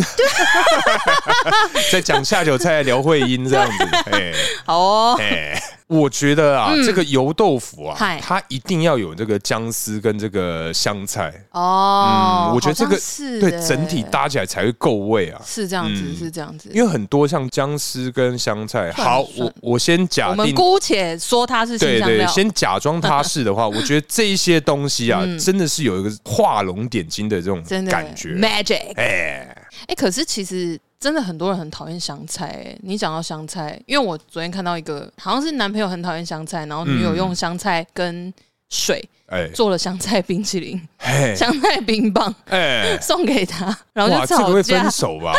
S2: 在讲下酒菜聊会阴这样子，哎
S1: 好哦，
S2: 哎，我觉得啊，这个油豆腐啊
S1: 嗯嗨，
S2: 它一定要有这个姜丝跟这个香菜，
S1: 哦，
S2: 嗯，我觉得这
S1: 好
S2: 个
S1: 像是
S2: 对
S1: 欸
S2: 整体搭起来才会够味啊。
S1: 是这样子，
S2: 嗯
S1: 是这样子。
S2: 因为很多像姜丝跟香菜，
S1: 算
S2: 好，
S1: 算
S2: 我我先
S1: 我
S2: 假
S1: 们
S2: 定
S1: 姑且说它是新
S2: 对
S1: 香
S2: 对，
S1: 料，
S2: 先假装它是的 话，我觉得这一些东西啊，
S1: 嗯
S2: 真的是有一个画龙点睛的这种
S1: 真的
S2: 感觉。
S1: magic。
S2: 哎，
S1: 哎、可是其实真的很多人很讨厌香菜、欸。你讲到香菜，因为我昨天看到一个，好像是男朋友很讨厌香菜，然后女友
S2: 嗯
S1: 用香菜跟水
S2: 哎，
S1: 做了香菜冰淇淋、
S2: 嘿，
S1: 香菜冰棒
S2: 哎，
S1: 送给他，然后就
S2: 哇，这个
S1: 吵
S2: 会分
S1: 架，
S2: 手 吧？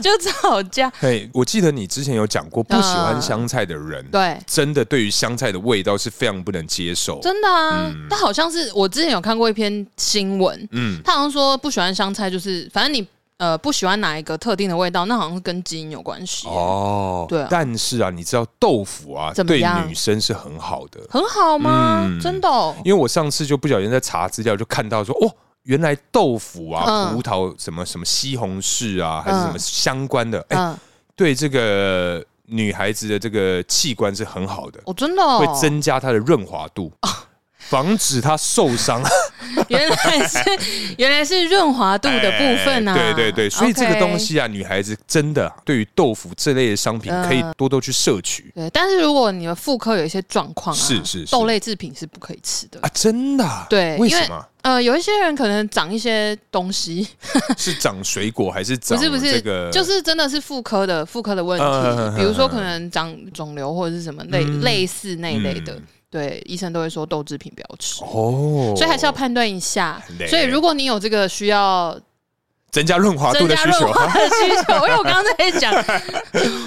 S1: 就吵架。
S2: 嘿，我记得你之前有讲过，不喜
S1: 嗯
S2: 欢香菜的人，
S1: 对，
S2: 真的对于香菜的味道是非常不能接受。
S1: 真的啊。但好像是我之前有看过一篇新闻，
S2: 嗯，
S1: 他好像说不喜欢香菜，就是反正你呃不喜欢哪一个特定的味道，那好像是跟基因有关系。
S2: 哦，
S1: 对啊
S2: 但是啊，你知道豆腐啊，
S1: 怎么
S2: 对
S1: 样
S2: 女生是很好的，
S1: 很好吗？
S2: 嗯
S1: 真的哦、
S2: 因为我上次就不小心在查资料，就看到说，哦，原来豆腐啊、
S1: 嗯
S2: 葡萄什么什么西红柿啊，还是什么
S1: 嗯
S2: 相关 的，哎、
S1: 嗯，
S2: 对这个女孩子的这个器官是很好的，
S1: 我、真的、哦、
S2: 会增加她的润滑度，防止她受伤。
S1: 原来 是原来是润滑 度的部分啊！
S2: 哎对对对，所以这个
S1: OK
S2: 东。西啊，女孩子真的啊对于豆腐这类的商品，
S1: 嗯
S2: 可以多多去摄取
S1: 对，但是如果你的妇科有一些状况啊，
S2: 是是是
S1: 豆类制品是不可以吃的
S2: 啊。，真的啊
S1: 对
S2: 为
S1: 因为
S2: 什么
S1: 呃，有一些人可能长一些东西，
S2: 是长水果还是
S1: 不
S2: 长
S1: 是不
S2: 这
S1: 是，
S2: 个？
S1: 就是真的是妇科的妇科的问
S2: 嗯嗯嗯嗯嗯
S1: 题，比如说可能长肿瘤或者是什么类、
S2: 嗯
S1: 类似那一类的，
S2: 嗯
S1: 对，医生都会说豆制品不要吃，
S2: 哦，
S1: 所以还是要判断一下
S2: 对。
S1: 所以如果你有这个需要
S2: 增加润滑度
S1: 增
S2: 的
S1: 加
S2: 需
S1: 润
S2: 求。
S1: 滑的需求，因为我刚刚在讲，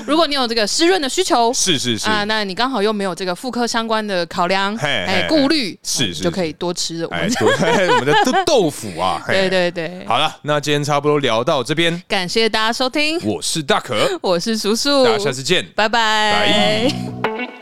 S1: 如果你有这个湿润的需求，
S2: 是是是，
S1: 啊，那你刚好又没有这个妇科相关的考量，
S2: 嘿
S1: 哎
S2: 嘿，
S1: 顾虑，
S2: 是
S1: 啊你
S2: 是
S1: 就可以多吃我
S2: 哎，
S1: 们。
S2: 对，我们的豆豆腐啊，嘿
S1: 对。对对，
S2: 好了，那今天差不多聊到这边，
S1: 感谢大家收听，哦
S2: 我是大可，
S1: 我是叔叔
S2: 大家，下次见，
S1: 拜
S2: 拜
S1: 拜。